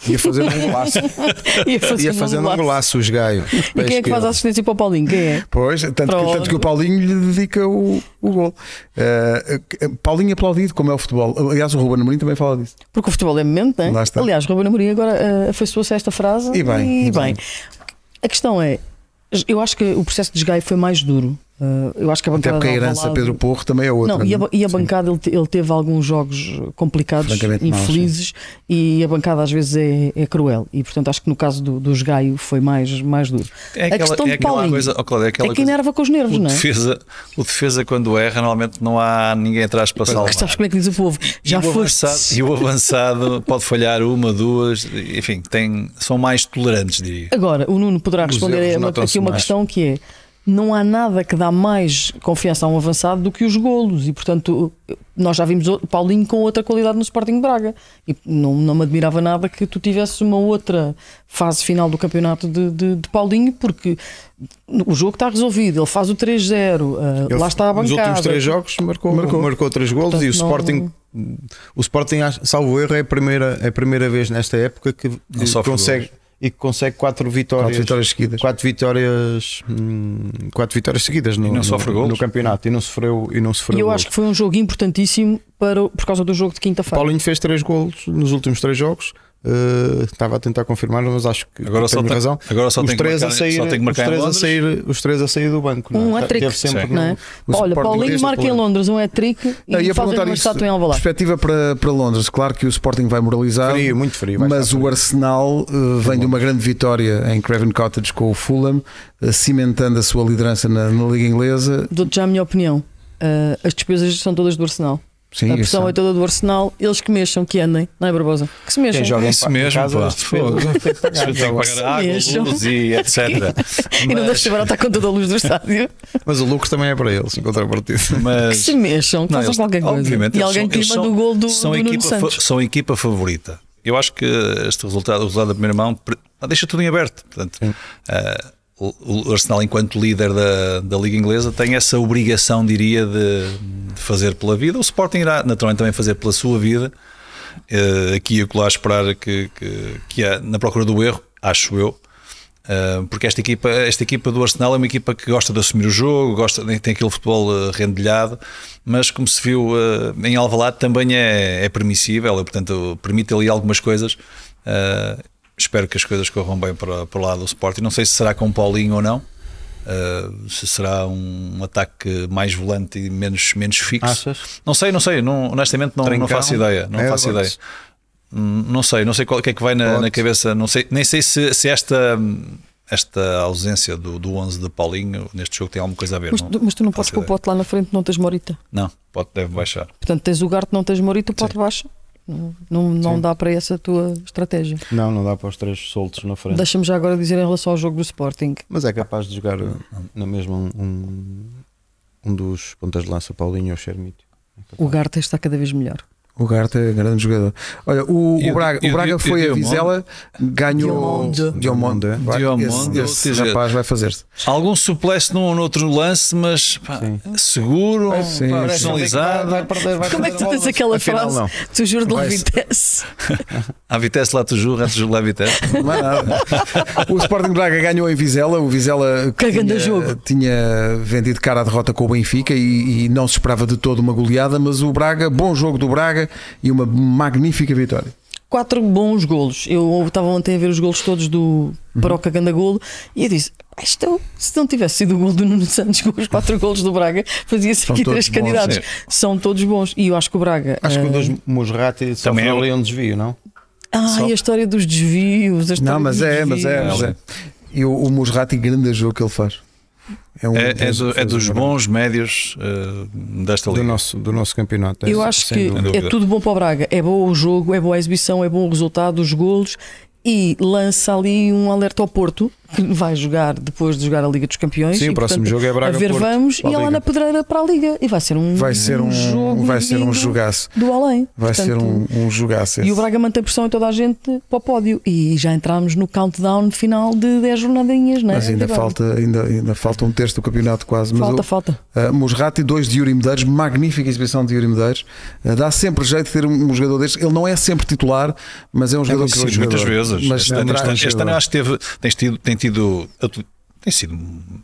D: ia fazer um golaço.
C: Ia
D: Ia fazendo um golaço os gaio.
C: E quem é que faz a assistência para o Paulinho? Quem é?
A: Pois, tanto, que,
C: Pronto.
A: tanto que o Paulinho lhe dedica o, o gol. Uh, uh, Paulinho aplaudido, como é o futebol. Aliás, o Ruben Amorim também fala disso.
C: Porque o futebol é momento, não é?
A: Lá está.
C: Aliás, Ruben Amorim agora ah, afeiçoou-se a esta frase.
A: E bem, e bem.
C: A questão é, eu acho que o processo de desgaio foi mais duro. Ah, eu acho que a
A: Até
C: bancada
A: porque a
C: de
A: herança
C: Alvalade-
A: Pedro Porro também é outra.
C: Não, e a,
A: não?
C: ba- e a
A: Sim.
C: bancada, ele, te- ele teve alguns jogos eh, complicados,
A: Francamente maus,
C: infelizes, e a bancada às vezes é, é cruel. E portanto acho que no caso do, dos Gaio foi mais, mais duro.
B: É aquela,
C: a questão
B: é
C: de
B: aquela
C: Paulinho
B: coisa, ó, Cláudia, é aquela
C: é que
B: coisa-
C: enerva com os nervos,
B: o
C: não é?
B: defesa, o defesa, quando erra, normalmente não há ninguém atrás para salvar.
C: Porque sabes como é que diz o povo? Já
B: e, o avançado,
C: foste.
B: e o avançado pode falhar uma, duas, enfim, tem, são mais tolerantes, diria.
C: Agora, o Nuno poderá responder
D: erros
C: a uma-
D: notam-se
C: aqui uma
D: mais.
C: questão que é. Não há nada que dá mais confiança a um avançado do que os golos, e portanto, nós já vimos o Paulinho com outra qualidade no Sporting de Braga. E não, não me admirava nada que tu tivesses uma outra fase final do campeonato de, de- de Paulinho, porque o jogo está resolvido, ele faz o 3-0, ah,
D: Ele,
C: lá está a
D: Nos
C: bancada.
D: últimos três jogos marcou, marcou. três golos
C: Portanto,
D: e o
C: não-
D: Sporting, o Sporting, acho- salvo erro, é a primeira, é a primeira vez nesta época que, que
B: sofre
D: consegue e que consegue quatro vitórias,
A: Quatro vitórias seguidas.
D: quatro vitórias, hum, quatro vitórias seguidas no,
B: não
D: no-
B: sofre golos.
D: no campeonato e não sofreu e não sofreu.
C: E eu
D: golos.
C: acho que foi um jogo importantíssimo para, o- por causa do jogo de quinta-feira.
D: Paulinho fez três golos nos últimos três jogos. Uh, estava a tentar confirmar, mas acho que
B: Agora só
D: tenho
B: tem-
D: razão.
B: agora só
D: os
B: tem que
D: três
B: marcar-
D: a sair,
B: só tem que
D: os
B: marcar em
D: três a
B: Londres.
D: sair, os três a sair do banco. não é?
C: Um
D: Tá-
C: hat-trick,
D: teve sempre
B: Sim.
D: no-
C: não é?
A: o
C: Olha,
A: Sporting
C: Paulinho
A: deste
C: marca em
A: problema.
C: Londres um hat-trick e
A: Eu ia
C: faz
A: perguntar
C: uma
A: isso.
C: estátua em Alvalade.
A: Perspectiva para, para Londres. Claro que o Sporting vai moralizar.
D: Frio, muito frio, vai
A: mas
D: estar
A: o
D: frio.
A: Arsenal eh, vem de uma grande vitória em Craven Cottage com o Fulham, eh, cimentando a sua liderança na, na Liga Inglesa.
C: Dou-te já a minha opinião. Ah, as despesas são todas do Arsenal.
A: Sim, um
C: a pressão
A: isso.
C: é toda do Arsenal. Eles que mexam, que andem, não é, Barbosa? Que se mexam.
D: Quem joga
B: É
D: em
B: isso
D: pa- em
B: mesmo,
D: casa,
B: pá.
D: as despesas
B: Fogo.
D: têm que pagar. então,
B: Tem que pagar água,
C: Mesmo.
B: luz e etc.
C: E não
B: Mas-
C: deixa agora estar com toda a luz do estádio.
D: Mas o lucro também é para eles, em contrapartida.
C: Que
B: mas
C: se mexam, que
B: Não,
C: façam
B: eles-
C: qualquer coisa.
B: obviamente,
C: E
B: eles
C: alguém
B: são-
C: que lhe
B: eles
C: manda
B: são-
C: o gol do,
B: são
C: do
B: equipa
C: Nuno
B: fa-
C: Santos.
B: são a equipa favorita. Eu acho que este resultado, o resultado da primeira mão, pre- deixa tudo em aberto. Portanto, ah, o o Arsenal, enquanto líder da, da Liga Inglesa, tem essa obrigação, diria, de, de fazer pela vida. O Sporting irá naturalmente também fazer pela sua vida. Eh, aqui e acolá esperar que, que, que há, na procura do erro, acho eu. Eh, porque esta equipa, esta equipa do Arsenal é uma equipa que gosta de assumir o jogo, gosta, tem aquele futebol eh, rendilhado, mas como se viu eh, em Alvalade também é, é permissível, e, portanto permite ali algumas coisas. Eh, espero que as coisas corram bem para, para o lado do Sporting. Não sei se será com Paulinho ou não, eh, se será um, ataque mais volante e menos, menos fixo.
D: Achas?
B: Não sei, não sei, não, honestamente não, não
D: Trincão? É,
B: faço ideia. Não
D: Edwards?
B: faço ideia. Hum, Não sei, não sei qual, o que é que vai na,
D: Pode.
B: na cabeça. Não sei, nem sei se, se esta, hum, esta ausência do, do 11 de Paulinho neste jogo tem alguma coisa a ver.
C: Mas,
B: não,
C: tu- mas tu não podes
B: faço
C: com o
B: ideia.
C: pote lá na frente, não tens Morita.
B: Não, pode, deve baixar.
C: Portanto, tens o Garte, não tens Morita, o pote baixa. Não, não, não dá para essa tua estratégia.
D: Não, não dá para os três soltos na frente.
C: Deixa-me já agora dizer em relação ao jogo do Sporting.
D: Mas é capaz de jogar uh, na mesma um, um, um dos pontas de lança, Paulinho ou Xermito.
C: O Garte está cada vez melhor.
A: O Garte é grande jogador. Olha, o,
B: E
A: o
B: o-
A: Braga,
B: e
A: o
B: o
A: Braga
B: Di- e
A: foi
B: o
A: a Vizela, ganhou
C: Diomonde.
A: Diomonde.
D: Diomonde.
A: Vai,
B: Diomonde,
A: Esse,
B: ou
A: esse
B: seja,
A: rapaz vai fazer-se.
B: Algum suplesse num no outro lance, mas pá, seguro,
D: É,
A: sim,
B: pá,
A: sim.
B: personalizado.
C: Como é que tu tens aquela
D: Afinal,
C: frase?
D: não.
C: Tu juro de
D: Vai-se.
C: Levitesse.
B: A Vitesse lá Tujur, a Tujur lá Vitesse.
A: Não é nada. O Sporting Braga ganhou em Vizela. O Vizela
C: Que grande jogo.
A: tinha vendido cara à derrota com o Benfica e, e não se esperava de todo uma goleada, mas o Braga, bom jogo do Braga e uma magnífica vitória.
C: Quatro bons golos. Eu estava ontem a ver os golos todos do
A: Uhum.
C: para o Caganda Golo e eu disse: "Ah, isto, se não tivesse sido o golo do Nuno Santos com os quatro golos do Braga, fazia-se
A: São
C: aqui
A: todos
C: três
A: bons,
C: candidatos.
B: sim.
C: São todos bons. E eu acho que o Braga.
D: Acho que
C: eh,
D: o dos Musrati também
B: é o-
D: ali um desvio, não?
C: Ah, e a história dos desvios. a história
A: Não, mas
C: dos
A: é, mas é,
C: desvios.
A: mas é. E o, o Musrati, grande jogo que ele faz. um-
B: É, é do- é
A: fez
B: dos
A: um-
B: bons médios eh, desta
D: Do
B: liga.
D: nosso, do nosso campeonato.
C: Eu
D: é,
C: acho
D: sem
C: que
D: dúvida.
B: dúvida.
C: é tudo bom para o Braga. É bom o jogo, é boa a exibição, é bom o resultado, os golos. e lança ali um alerta ao Porto, que vai jogar depois de jogar a Liga dos Campeões.
D: Sim,
C: e,
D: o próximo
C: portanto,
D: jogo é Braga
C: A ver,
D: Porto,
C: vamos, e
D: para a
C: é lá
D: Liga.
C: na pedreira para a Liga. E vai ser um,
A: Vai ser um,
C: jogo
A: vai ser um
C: lindo
A: jogaço.
C: do além.
A: Vai
C: Portanto,
A: ser um, um jogaço.
C: E o
A: esse.
C: Braga mantém pressão em toda a gente para o pódio. E já entramos no countdown final de 10 jornadinhas, não é?
A: Mas ainda
C: Agora.
A: falta, ainda, ainda falta um terço do campeonato quase. Mas
C: Falta,
A: eu-
C: falta.
A: Uh, Musrati, dois de Yuri Medeiros, magnífica exibição de Yuri Medeiros. Uh, dá sempre jeito de ter um, um jogador destes. Ele não é sempre titular, mas é um jogador que
B: Sim,
A: jogador.
B: muitas vezes.
A: Mas
B: este, ano,
A: traz-
B: este ano- este
A: jogador.
B: ano eu acho que teve, tens tido, tem tido. Tem sido.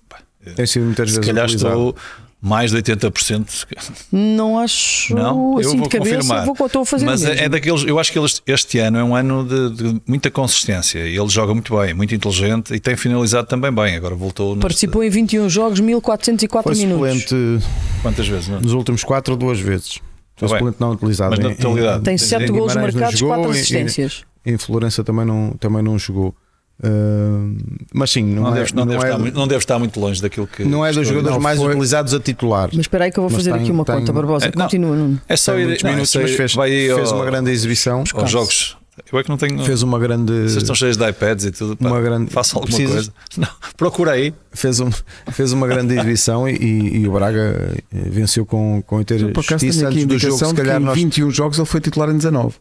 B: pá,
D: Tem sido muitas
B: Se
D: vezes
B: calhar
D: utilizado.
B: estou mais de 80%. se calhar.
C: Não acho
B: Não, eu
C: assim
B: vou
C: de cabeça.
B: confirmar.
C: Vou, estou a fazer
B: Mas
C: o mesmo.
B: é é daqueles. Eu acho que eles- este ano é um ano de, de muita consistência. Ele joga muito bem, muito inteligente e tem finalizado também bem. Agora voltou. neste-
C: Participou em 21 jogos, 1404
D: Foi
C: minutos.
D: suplente
B: Quantas vezes? Não?
D: nos últimos 4 ou 2 vezes.
B: Tá
D: Foi
B: bem.
D: suplente não utilizado.
B: Mas na
D: Em- em-
B: totalidade.
C: Tem
B: Em
C: 7 gols
D: Guimarães não
C: marcados,
D: jogou,
C: 4
D: em- em-
C: assistências.
D: Em Florença também não, também não jogou. Ahm, mas sim, não,
B: Não,
D: é,
B: deves, não,
D: não
B: deves
D: é,
B: estar, muito- não deves estar muito longe daquilo que.
D: não é dos
B: que-
D: jogadores
B: Não,
D: mais
B: foi-
D: utilizados a titular.
C: Mas espera aí que eu vou
D: Mas
C: fazer
D: tem-
C: aqui uma
D: tem-
C: conta, Barbosa.
B: É, não.
C: Continua, Nuno.
B: É só
D: Tem
B: ir.
D: muitos
B: não,
D: minutos,
B: sei,
D: mas fez,
B: vai aí
D: fez
B: ao-
D: uma grande exibição.
B: aos jogos. Eu é que não tenho.
D: Fez uma grande.
B: Vocês estão cheios de iPads e tudo. Pá,
D: Hum. Uma grande-
B: Façam alguma
D: Precisas?
B: coisa. Não, procura aí.
D: fez, um, fez uma grande exibição e, e- e o Braga eh, venceu com, com
A: Eu,
D: inteira
A: por acaso tenho
D: justiça
A: aqui a
D: antes do jogo.
A: indicação
D: Se
A: de que
D: calhar
A: em
D: nós.
A: 21 jogos ele foi titular em 19.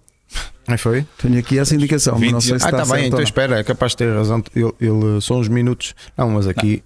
D: Ah, foi?
A: Tenho aqui essa indicação, mas não
B: um.
A: sei se
D: Ah,
A: está
B: tá
D: está
A: certo
D: bem,
A: ou
D: então
A: não.
D: espera, é capaz de ter razão. Ele, ele- são uns minutos. Não, mas aqui.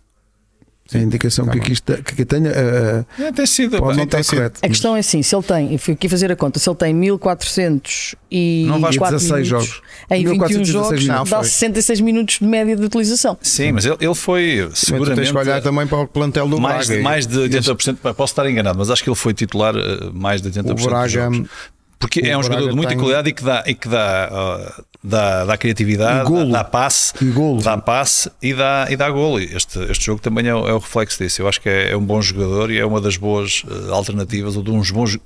A: É A indicação
D: Tá
A: que
D: bem.
A: aqui, está, que aqui tenho uh, uh,
B: É, tem sido.
A: pode não
B: pá,
A: estar
D: tem sido.
A: correta.
C: A questão é assim: se ele tem, eu fui aqui fazer a conta, se ele tem 1400 e
B: Não vais
A: 16
C: 16
A: jogos.
C: em 21
A: 1416
C: jogos,
A: minutos.
C: dá
D: Não, foi.
C: 66 minutos de média de utilização.
B: Sim, mas ele, ele foi
D: Mas tu tens
B: seguramente.
D: que olhar também para o plantel do
B: mais,
D: Braga. é
B: de, mais de 80%, pá, posso estar enganado, mas acho que ele foi titular eh, mais de 80%
D: O Braga-
B: dos jogos. Porque
D: o
B: é um
D: Braga
B: jogador de muita
D: tem-
B: qualidade e que dá, e que dá, ah, dá, dá
A: E
B: criatividade,
A: golo.
B: dá, dá passe,
A: E golo.
B: dá passe e dá, e dá golo. E Este, este jogo também é, o- é o reflexo disso. Eu acho que é, é um bom jogador e é uma das boas eh, alternativas ou de uns bons,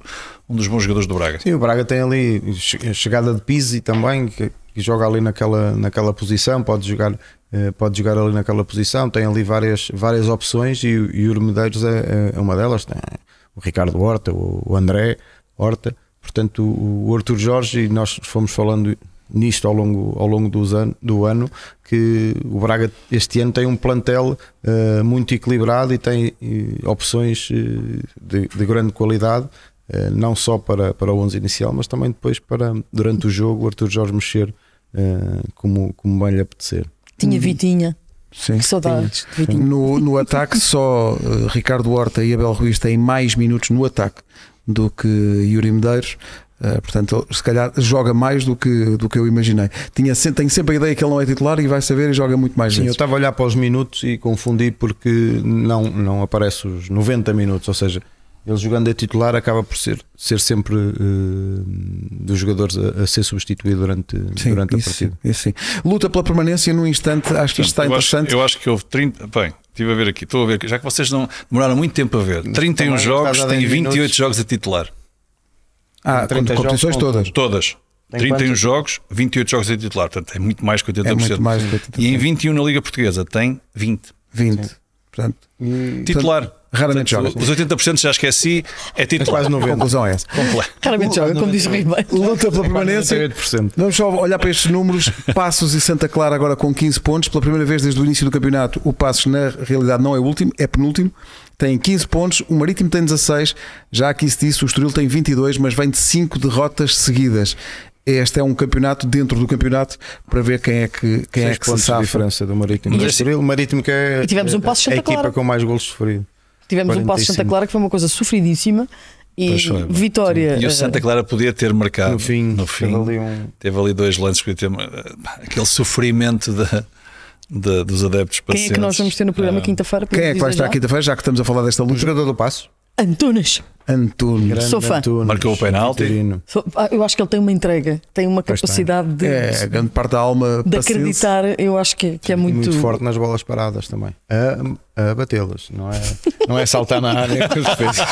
B: um dos bons jogadores do Braga.
D: Sim, o Braga tem ali che- a chegada de Pizzi também, que, que joga ali naquela, naquela posição, pode jogar, eh, pode jogar ali naquela posição, tem ali várias, várias opções e, o- e o Medeiros é, é uma delas. Tem o Ricardo Horta, o o André Horta, portanto o, o Arthur Jorge, e nós fomos falando nisto ao longo, ao longo dos ano, do ano, que o Braga este ano tem um plantel eh, muito equilibrado e tem eh, opções eh, de, de grande qualidade, eh, não só para, para o 11 inicial, mas também depois para, durante o jogo, o Arthur Jorge mexer eh, como, como bem lhe apetecer.
C: Tinha Vitinha,
A: Sim.
C: que saudades de Vitinha.
A: No, no ataque, só eh, Ricardo Horta e Abel Ruiz têm mais minutos no ataque do que Yuri Medeiros. Eh, portanto, ele, se calhar joga mais do que, do que eu imaginei. Tinha, se- tenho sempre a ideia que ele não é titular e vai saber e joga muito mais
D: Sim, eu
A: vezes.
D: estava a olhar para os minutos e confundi porque não, não aparece os 90 minutos, ou seja, ele jogando a titular acaba por ser, ser sempre eh, dos jogadores a, a ser substituído durante,
A: Sim,
D: durante a
A: isso,
D: partida.
A: isso sim. Luta pela permanência num instante, acho que isto está
B: eu acho-
A: interessante.
B: eu acho que houve 30. Bem, estive a ver aqui, estou a ver aqui, já que vocês não demoraram muito tempo a ver. 31
D: também
B: jogos,
D: estás a
B: tem
D: 10
B: 28
D: minutos.
B: jogos a titular.
A: ah,
D: 30
A: competições
D: jogos,
A: todas.
B: Todas.
D: Tem
B: 31
D: quantos?
B: jogos, 28 jogos a titular. Portanto, é muito mais que 80%.
A: É muito mais do que
B: E em 21 na Liga Portuguesa tem 20.
A: 20. Portanto,
B: Titular.
A: raramente
B: Portanto,
A: joga.
B: Os 80% já esqueci, é
D: É
B: titular.
D: quase
A: a
D: 90.
A: conclusão é essa.
B: Completo.
C: Claramente joga, como diz Ribeiro.
A: Luta pela permanência.
D: 98%.
A: Vamos só olhar para estes números. Passos e Santa Clara agora com 15 pontos. Pela primeira vez desde o início do campeonato, o Passos na realidade não é o último, é penúltimo. Tem 15 pontos, o Marítimo tem 16. Já aqui se disse, o Estoril tem 22, mas vem de 5 derrotas seguidas. Este é um campeonato dentro do campeonato para ver quem é que, quem é
D: Seis
A: que se
D: pontos de
A: safra.
D: diferença do Marítimo.
B: Mas
D: do
B: assim-
D: Estoril, o Marítimo que é
C: E tivemos um Passos
D: a
C: Santa
D: equipa
C: Clara.
D: com mais golos sofridos.
C: Tivemos um passo
D: 45.
C: Santa Clara que foi uma coisa sofridíssima e
B: Pois foi,
C: vitória.
B: E
C: eh,
B: o Santa Clara podia ter
A: Ah,
B: marcado
D: No fim,
B: no fim.
D: teve ali um-
B: Teve ali dois lances que teve, aquele sofrimento da- da- dos adeptos
C: Quem é que
B: pacientes.
C: nós vamos ter no programa
B: Ah,
C: quinta-feira?
A: Quem é que vai estar
C: aqui?
A: quinta-feira, já que estamos a falar desta
D: O
A: luta?
D: jogador do Passo,
C: Antunes.
A: Antunes.
D: grande
C: Sou fã.
D: Antunes,
B: Marcou o penalti.
D: Vitorino.
C: Só- ah, Eu acho que ele tem uma entrega, tem uma
D: Pois tem.
C: capacidade de,
A: É, grande parte da alma
C: de
A: paciência.
C: acreditar. Eu acho que, que é
D: E
C: muito,
D: forte nas bolas paradas também. A a batê-las, não é, não é saltar na área com os defesas.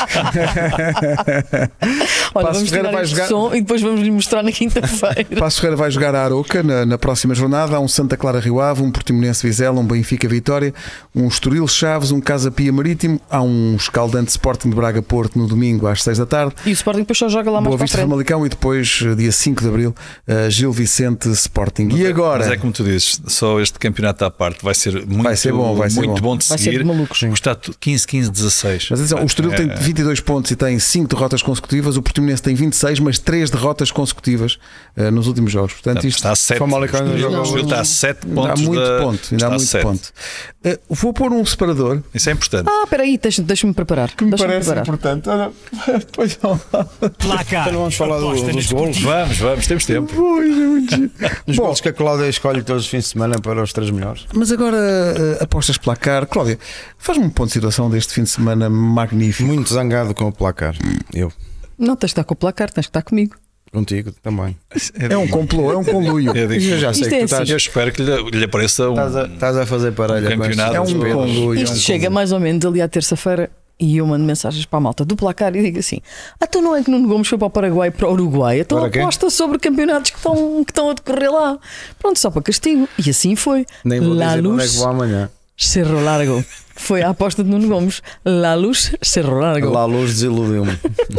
C: Olha,
A: Passo
C: vamos
A: Ferreira
C: tirar
A: vai
C: este
A: jogar-
C: som e depois vamos lhe mostrar na quinta-feira.
A: Passo Ferreira vai jogar a Aroca na, na próxima jornada. Há um Santa Clara Rio Ave, um Portimonense Vizela, um Benfica Vitória, um Estoril Chaves, um Casa Pia Marítimo. Há um escaldante Sporting de Braga Porto no domingo às 6 da tarde.
C: E o Sporting depois só joga lá mais
A: Boa
C: para a
A: Vista
C: frente.
A: Famalicão e depois, eh, dia 5 de Abril, eh, Gil Vicente Sporting. E agora?
B: Mas é como tu dizes, só este campeonato à parte vai ser muito,
A: Vai ser bom, vai ser
B: muito
A: bom.
B: bom. de
C: Vai
B: seguir.
C: ser de malucos. Sim.
B: Custar tu- 15, 15, 16.
A: Mas atenção, o Estoril
B: É,
A: tem 22 pontos e tem 5 derrotas consecutivas, o Portimonense tem 26, mas 3 derrotas consecutivas eh, nos últimos jogos. Portanto, isto
B: Está a 7.
D: Famalicão ainda joga
B: O Estoril
D: hoje.
B: está a 7
A: ainda há
B: pontos.
A: muito
B: da-
A: ponto. Ainda
B: está
A: há
B: a
A: muito
B: sete.
A: ponto. Eh, vou pôr um separador.
B: Isso é importante.
C: Ah, espera aí, deixa- deixa-me preparar.
A: que me
C: Deixa-me
A: parece
C: preparar.
A: importante. Olha, pois não.
E: Placar.
D: Então vamos falar do-
E: Aposta
D: dos
E: desportiva.
D: golos.
B: Vamos, vamos, temos tempo.
A: Pois, é muito giro.
D: Nos
A: Bom.
D: gols que a Cláudia escolhe todos os fins de semana para os três melhores.
A: Mas agora eh, apostas placar. Cláudia, faz-me um ponto de situação deste fim de semana magnífico.
D: Muito zangado com o placar. Eu.
C: Não tens de estar com o placar, tens de estar comigo.
D: Contigo também.
A: É um complô, é um conluio.
B: Eu, digo,
D: Eu já sei
C: Isto
D: que
C: é
D: tu estás,
B: eu espero que lhe, lhe apareça um.
D: estás, a, estás a fazer parelha.
B: Um
D: com estes
B: campeonato.
A: É um
D: despedidos.
A: conluio. é um
C: Isto chega
A: conluio.
C: mais ou menos ali à terça-feira e eu mando mensagens para a malta do placar e digo assim: Ah, então não é que Nuno Gomes foi para o Paraguai e para o Uruguai? Então
D: Para quê?
C: aposta sobre campeonatos que estão, que estão a decorrer lá. Pronto, só para castigo. E assim foi.
D: Nem vou
C: La
D: dizer para onde é
C: Luz,
D: que vou amanhã.
C: Cerro Largo. Foi a aposta de Nuno Gomes. La Luz, Cerro Largo.
D: Lá a luz desiludiu-me.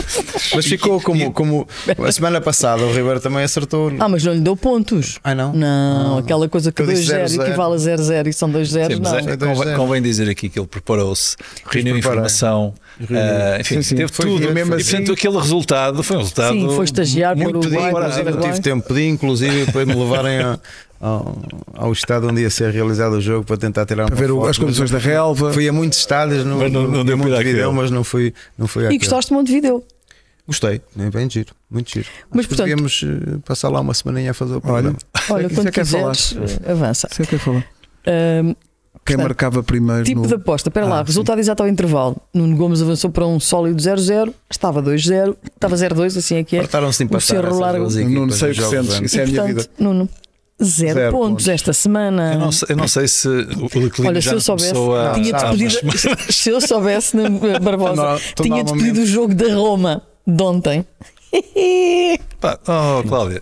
D: Mas ficou como, como a semana passada, o Ribeiro também acertou.
C: Ah, mas não lhe deu pontos.
D: Ah, não?
C: Não, aquela coisa que
D: Eu disse
C: 2-0
D: 0-0.
C: equivale a 0-0 e são 2-0,
B: Sim, mas
C: não.
B: é-
D: é dois
B: convém,
D: zero.
B: convém dizer aqui que ele preparou-se, reuniu
D: preparei.
B: informação, ah, enfim,
A: Sim, sim.
B: teve
A: Foi-
B: tudo.
A: e mesmo
B: e
A: assim-
B: portanto, aquele resultado foi um resultado.
C: Sim, foi estagiar para o
B: muito
C: Uruguai,
B: bem
C: para o
B: parado.
D: Não
C: Paraguai.
D: tive tempo, pedi inclusive para me levarem a- ao, ao estado onde ia ser realizado o jogo para tentar tirar
A: Para
D: uma
A: ver o-
D: foto.
A: as condições da relva.
D: Fui a muitos estádios, no,
B: Mas não- não
D: no-
B: deu
D: em
B: para ir
D: Montevideo,
B: àquele.
D: mas não fui, não fui
A: é
D: àquele.
C: E gostaste de Montevideo.
D: Gostei, é bem giro, muito giro.
C: Mas,
D: Acho que
C: portanto-
D: Podíamos eh, passar lá uma semaninha a fazer o programa.
C: Olha,
A: Isso é
C: quando
A: que é
C: quiseres, eh, avança.
A: Sei o que é que falar.
C: Ahm,
A: Quem
C: Portanto,
A: marcava primeiro
C: Tipo
A: no...
C: de aposta, espera lá,
A: Ah,
C: resultado exato ao intervalo. Nuno Gomes avançou para um sólido 0-0, estava 2-0, estava 0-2, assim é que é.
D: Portaram-se de empatar
C: Cerro
D: essas
C: Largo.
D: duas
A: Não
D: equipas
A: sei o
D: nos
A: que
D: jogos
A: sentes.
D: antes.
A: Isso é a minha vida.
C: Portanto, Nuno, zero,
A: Zero
C: pontos,
A: pontos.
C: esta semana.
B: Eu não, sei, eu não sei se o declínio já
C: Olha, se eu
B: não
C: soubesse,
B: começou a.
C: tinha-te
B: Ah,
C: pedido. Se eu soubesse, na Barbosa,
D: Então, então,
C: tinha-te
D: normalmente-
C: pedido o jogo da Roma de ontem.
B: Pá, oh, Cláudia,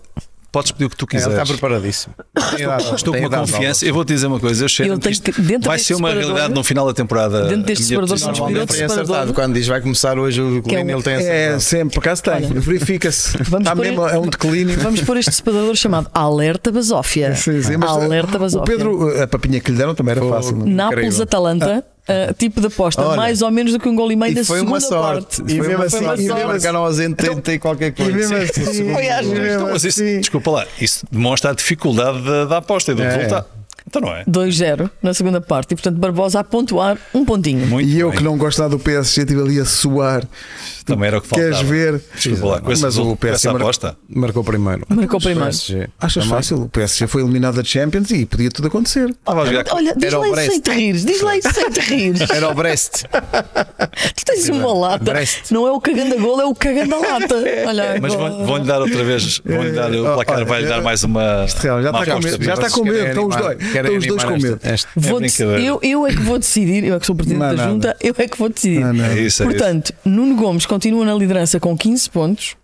B: podes pedir o que
A: É, tá
B: tu quiseres.
D: Ele está preparadíssimo. Tem idade,
B: Estou com
D: tem
B: uma
D: idade,
B: confiança. Eu vou te dizer uma coisa. Eu cheiro
C: Ele tem que- dentro
B: vai
C: deste
B: ser uma
C: separador-
B: realidade no final da temporada.
C: Dentro deste
B: A minha
C: separador
B: petição-
C: são os
D: Normalmente
C: Virou-se
A: assim.
D: tem
C: para
D: acertado.
C: dois.
D: Quando diz vai começar hoje o
C: Que
D: Colina,
C: é um-
D: ele tem
A: É,
D: acertado.
A: sempre, por acaso tem.
C: Olha.
A: Verifica-se.
C: Vamos
A: Está
C: pôr-
A: mesmo, é um declínio.
C: Vamos pôr este separador chamado Alerta Basófia.
A: Sim, sim, mas, eh,
C: Alerta
A: o
C: Basófia.
A: Pedro, eh, a papinha que lhe deram também era fácil. não é?
C: Nápoles Atalanta, ah, tipo de aposta,
D: Olha.
C: mais ou menos do que um gol e meio
D: E
C: da
D: foi
C: segunda
D: uma sorte.
C: parte.
D: E
A: Foi
D: mesmo
A: uma
D: assim,
A: sorte.
D: e
A: Então-
D: marcaram aos 80 e qualquer
A: E
D: coisa.
A: mesmo assim-
C: Foi às
A: e mesmo
B: Então, mas isso,
A: assim-
B: desculpa lá, isso demonstra a dificuldade da, da aposta e do
D: É.
B: resultado. Então não é?
C: 2-0 na segunda parte e portanto Barbosa a pontuar um pontinho.
B: Muito
A: E eu
B: bem.
A: que não gosto nada do PSG, estive ali a suar.
B: Também era o que faltava.
A: Queres ver?
B: Desculpa lá, com esse
A: Mas o
B: resultado, com essa
A: PSG. mar-
B: aposta.
D: Marcou primeiro.
C: Marcou primeiro.
D: PSG.
A: Achas fácil? O PSG foi eliminado da Champions e podia tudo acontecer.
B: Ah, vai jogar.
C: Olha, diz
D: Era o
C: lá isso
D: Brest.
C: sem te rires, diz lá isso sem te rires.
D: Era o Brest.
C: Tu tens uma lata.
D: Brest.
C: Não é o cagando a golo, é o cagando a lata. Olha,
B: Mas
C: agora.
B: vão- vão-lhe dar outra vez, vão-lhe dar
A: É,
B: o placar,
D: olha,
B: vai-lhe dar mais uma.
A: Real, já
B: uma
A: está com
B: aposta.
A: medo. Já está com medo. Estão os dois. Estão os dois com medo.
C: Vou
B: É brincadeira.
C: eu, eu é que vou decidir, eu é que sou o presidente
A: Não há
C: da
A: nada. Ah,
C: junta, eu é que vou decidir.
A: Não há nada.
B: É isso, é
C: Portanto, Nuno Gomes continua na liderança com 15 pontos,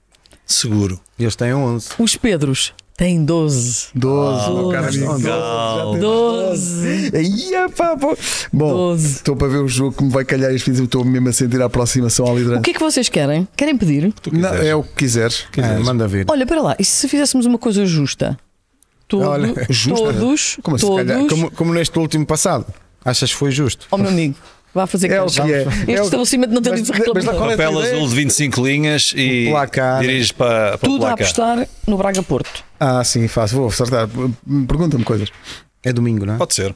B: isso. Seguro.
D: Eles têm 11.
C: os Pedros têm 12.
A: 12.
C: Oh,
A: cara,
C: legal.
A: 12, já tem
C: 12.
A: Aí, é pá, pô. Bom,
C: 12.
A: estou para ver o jogo que me vai calhar este fim de semana, Estou mesmo a sentir a aproximação à
C: O
A: liderança.
C: que é que vocês querem? Querem pedir?
B: Tu
A: Não,
B: quiseres.
A: é o que quiseres.
D: Ah, manda vir.
C: Olha, para lá, e se fizéssemos uma coisa justa? Todo,
D: Olha,
A: justa?
C: Todos,
A: Como assim, se
C: todos,
D: Olha, como, como neste último passado. Achas que foi justo?
C: Oh, meu amigo, vá fazer
A: É o
C: queixa.
A: que é.
C: Este
A: É o-
C: estabelecimento não tem
A: Mas-
C: livro
A: mas lá qual
C: reclamador.
A: é a tua
B: Papel
A: ideia? Um
B: azul de 25 linhas e
D: O placar.
B: diriges para, para o
C: Tudo a
B: placar.
C: apostar no Braga Porto.
A: Ah, sim, faço. Vou acertar. Pergunta-me coisas.
D: É domingo, não é?
B: Pode ser.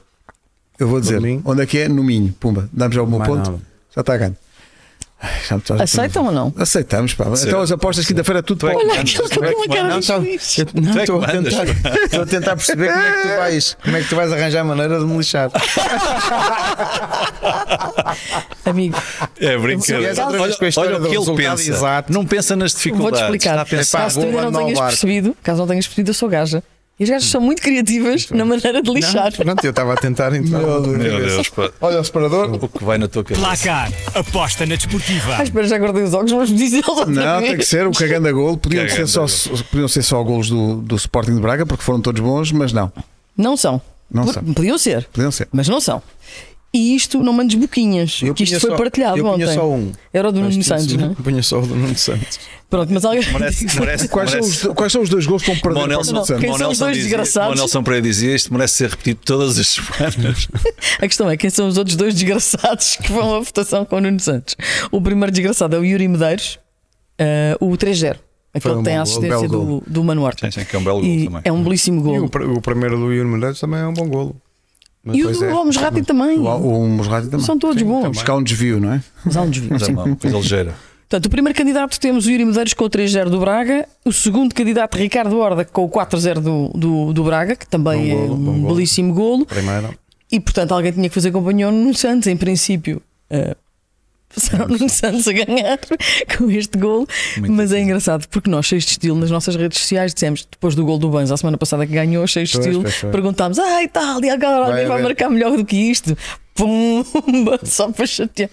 A: Eu vou dizer.
D: Domingo.
A: Onde é que é? No Minho. Pumba. Dá-me já o meu
D: Mais
A: ponto.
D: nada.
A: Já está a ganho. Ai, já me estás a-
C: Aceitam ou não?
A: Aceitamos, pá.
B: ser.
A: Então as apostas quinta-feira é tudo
B: Tu é
A: para
B: que
C: Olha,
B: mandas,
C: aquele
B: tu é
C: cabelo
B: que
C: na cara
B: mandas.
C: disso.
D: Não,
C: Isso.
D: eu- não,
B: Tu é que
D: estou a
B: mandas.
D: tentar, estou a tentar perceber como é que tu vais, como é que tu vais arranjar maneira de me lixar.
C: Amigo,
B: É
D: Se
B: brincadeira.
D: viesse outra
B: Olha,
D: vez com a história
B: olha o
D: do
B: que ele
D: resultado
B: pensa.
D: exato.
B: Não pensa nas
C: vou-te
B: dificuldades.
C: explicar.
B: Está a pensar.
D: Epá,
C: caso tu
D: vou
C: ainda não
D: mandar ao
C: tenhas
D: barco.
C: percebido, caso não tenhas percebido, eu sou gaja. E os gajos são muito criativas na maneira de lixar.
D: Pronto, eu estava a tentar entrar.
A: Meu Deus.
B: Meu Deus, pá.
A: Olha o separador.
B: O que vai na tua cabeça?
E: Placar. Aposta na desportiva.
C: Ah, espera, já guardei os óculos, mas me dizem eles outra
A: Não,
C: vez.
A: tem que ser o cagando a golo. Podiam,
B: Cagando
A: ser só,
B: a
A: podiam ser só golos do, do Sporting de Braga, porque foram todos bons, mas não.
C: Não são.
A: Não
C: Pod-
A: são.
C: Podiam ser,
A: Podiam ser.
C: mas não são. E isto não mandes boquinhas, que isto
D: punha
C: foi
D: só-
C: partilhado
D: eu punha
C: ontem.
D: só um.
C: Era o do
D: Mas
C: Nuno
D: tinha-
C: Santos, não é?
D: Punha só um. o do Nuno Santos.
C: Pronto, mas alguém.
B: Merece, merece,
A: Quais são,
B: merece.
A: os, quais são os dois gols que estão
B: Mão
A: perder para o
B: Nelson,
A: Santos?
C: Quem
B: Mão
C: são os
B: Nelson
C: dois
B: dizia-
C: desgraçados?
B: Mão Nelson Pereira dizia isto merece ser repetido todas as semanas.
C: A questão é quem são os outros dois desgraçados que vão à votação com o Nuno Santos. O primeiro desgraçado é o Yuri Medeiros, eh, o 3-0.
D: Foi
C: Aquele
D: um
C: que tem a
D: bom gol, belo
C: assistência do,
D: gol.
C: do Manuarte.
B: Sim, sim, que é um belo gol
C: E
B: também.
C: É um belíssimo
D: E
C: gol.
D: o, pr- o primeiro do Yuri Medeiros também é um bom golo. Mas
C: E o
D: pois
C: do
D: é.
C: Gomes Rápido também.
A: O, o Mosrati um também.
C: São todos bons.
A: Buscar um desvio, não é?
C: Mas há um desvio.
B: Mas é
C: sim.
B: uma coisa ligeira.
C: Portanto, o primeiro candidato temos o Yuri Medeiros com o 3-0 do Braga, o segundo candidato Ricardo Horda com o 4-0 do, do, do Braga, que também
D: Bom
C: é
D: golo, bom
C: um
D: golo.
C: belíssimo golo,
D: Primeiro.
C: e portanto alguém tinha que fazer companhia ao Nuno Santos, em princípio. eh, Passaram o Nuno Santos a ganhar com este golo,
B: Muito
C: mas é engraçado porque nós, cheios de estilo, nas nossas redes sociais dissemos, depois do golo do Banzo, a semana passada que ganhou, cheios de
D: Pois,
C: estilo,
D: pois, pois.
C: perguntámos: ai tal, e agora
D: Vai
C: alguém vai
D: haver.
C: marcar melhor do que isto? Pumba, só para chatear.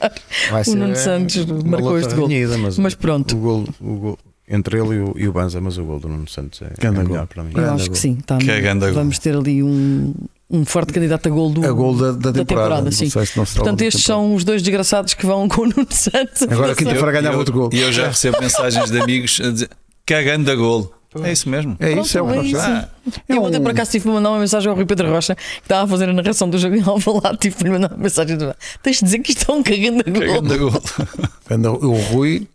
D: Vai
C: o Nuno Santos
D: uma
C: marcou
D: luta
C: este gol.
D: renhida, mas,
C: Mas pronto.
D: O gol, o gol, entre ele e o, e o Banza, mas o gol do Nuno Santos é, é
A: Ganda gol.
D: melhor para mim.
C: Eu acho que sim. tá-
B: Que é grande gol.
C: vamos ter ali um, um forte candidato a gol do,
A: A gol da, da
C: da
A: temporada.
C: temporada,
A: Não
C: sim.
A: sei se não será o
C: Portanto,
A: da
C: estes
A: temporada.
C: são os dois desgraçados que vão com o Nuno Santos.
A: Agora quinta-feira ganhava
B: Eu-
A: outro gol.
B: E eu já recebo mensagens de amigos a dizer cagando a golo. É isso mesmo.
A: É isso, é um.
C: Pronto, é isso.
B: Ah,
C: Eu ontem por acaso tive para mandar uma mensagem ao Rui Pedro Rocha, que estava a fazer a narração do jogo em Alvalade, tive para lhe mandar uma mensagem do Tens de dizer que isto é um cagando a gol.
B: cagando a golo.
A: Anda- O Rui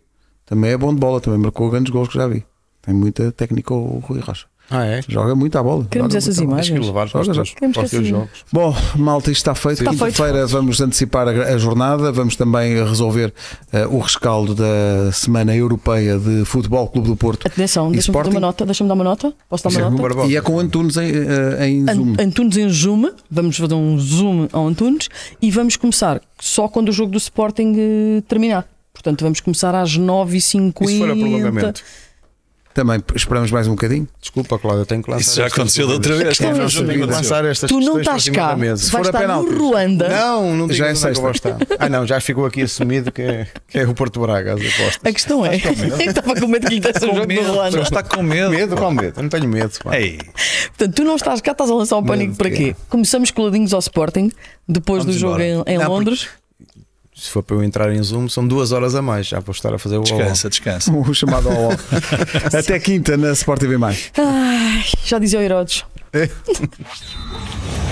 A: também é bom de bola, também marcou grandes gols que já vi. Tem muita técnica o Rui Rocha.
D: Ah, é?
A: Joga muito à bola.
C: Queremos
A: Joga
C: essas
A: muito à bola.
D: Tens que
C: imagens.
D: levar para os
A: Joga,
D: teus,
A: joga.
C: Temos
D: para os
C: que
D: teus
C: assumir.
D: jogos.
A: Bom, malta, isto está feito.
C: Está feito.
A: Quinta-feira vamos antecipar a, a jornada, vamos também resolver eh, o rescaldo da Semana Europeia de Futebol Clube do Porto.
C: Atenção,
A: E
C: deixa-me dar
A: Sporting?
C: uma nota. Deixa-me dar uma nota. Posso dar
D: Isso é
C: uma
D: com o
C: nota?
D: Barbosa.
A: E é com o Antunes em, eh, em
C: An-
A: Zoom.
C: Antunes em zoom, vamos fazer um zoom ao Antunes e vamos começar só quando o jogo do Sporting eh, terminar. Portanto, vamos começar às 9h50.
D: E se for a prolongamento?
A: Também esperamos mais um bocadinho.
D: Desculpa, Cláudia, tenho que lançar.
B: Isso já
D: estas
B: aconteceu da outra
D: perguntas.
B: vez.
C: questão é
B: Não,
C: essa.
B: não
D: Tenho que
B: aconteceu.
D: lançar estas
C: Tu não
D: questões para
C: estás
D: cima
C: cá,
D: da mesa.
A: Se
C: vais
A: for a
C: estar no
A: penaltis.
C: Ruanda.
D: Não, não
A: Já
D: digas
A: é
D: onde é que eu vou estar. Ah, não, já ficou aqui assumido que é, que é o Porto Braga, as
C: A
D: apostas.
C: questão é, estava com medo que lhe
A: é
C: desse um
B: Com
C: jogo do
B: medo,
C: Ruanda.
B: já está com medo.
D: Medo, qual medo? Eu não tenho medo. pá.
B: Ei,
C: Portanto, tu não estás cá, estás a lançar um pânico
D: Medo,
C: para quê?
D: quê?
C: Começamos coladinhos ao Sporting, depois
B: Vamos
C: do jogo
B: embora.
C: É, em, em
D: Não, porque-
C: Londres.
D: Se for para eu entrar em Zoom, são duas horas a mais. Já vou estar a fazer o
B: descansa, descansa.
A: O chamado ao Até quinta na Sport TV. Mais.
C: Ai, já dizia o Herodes.
D: bolão.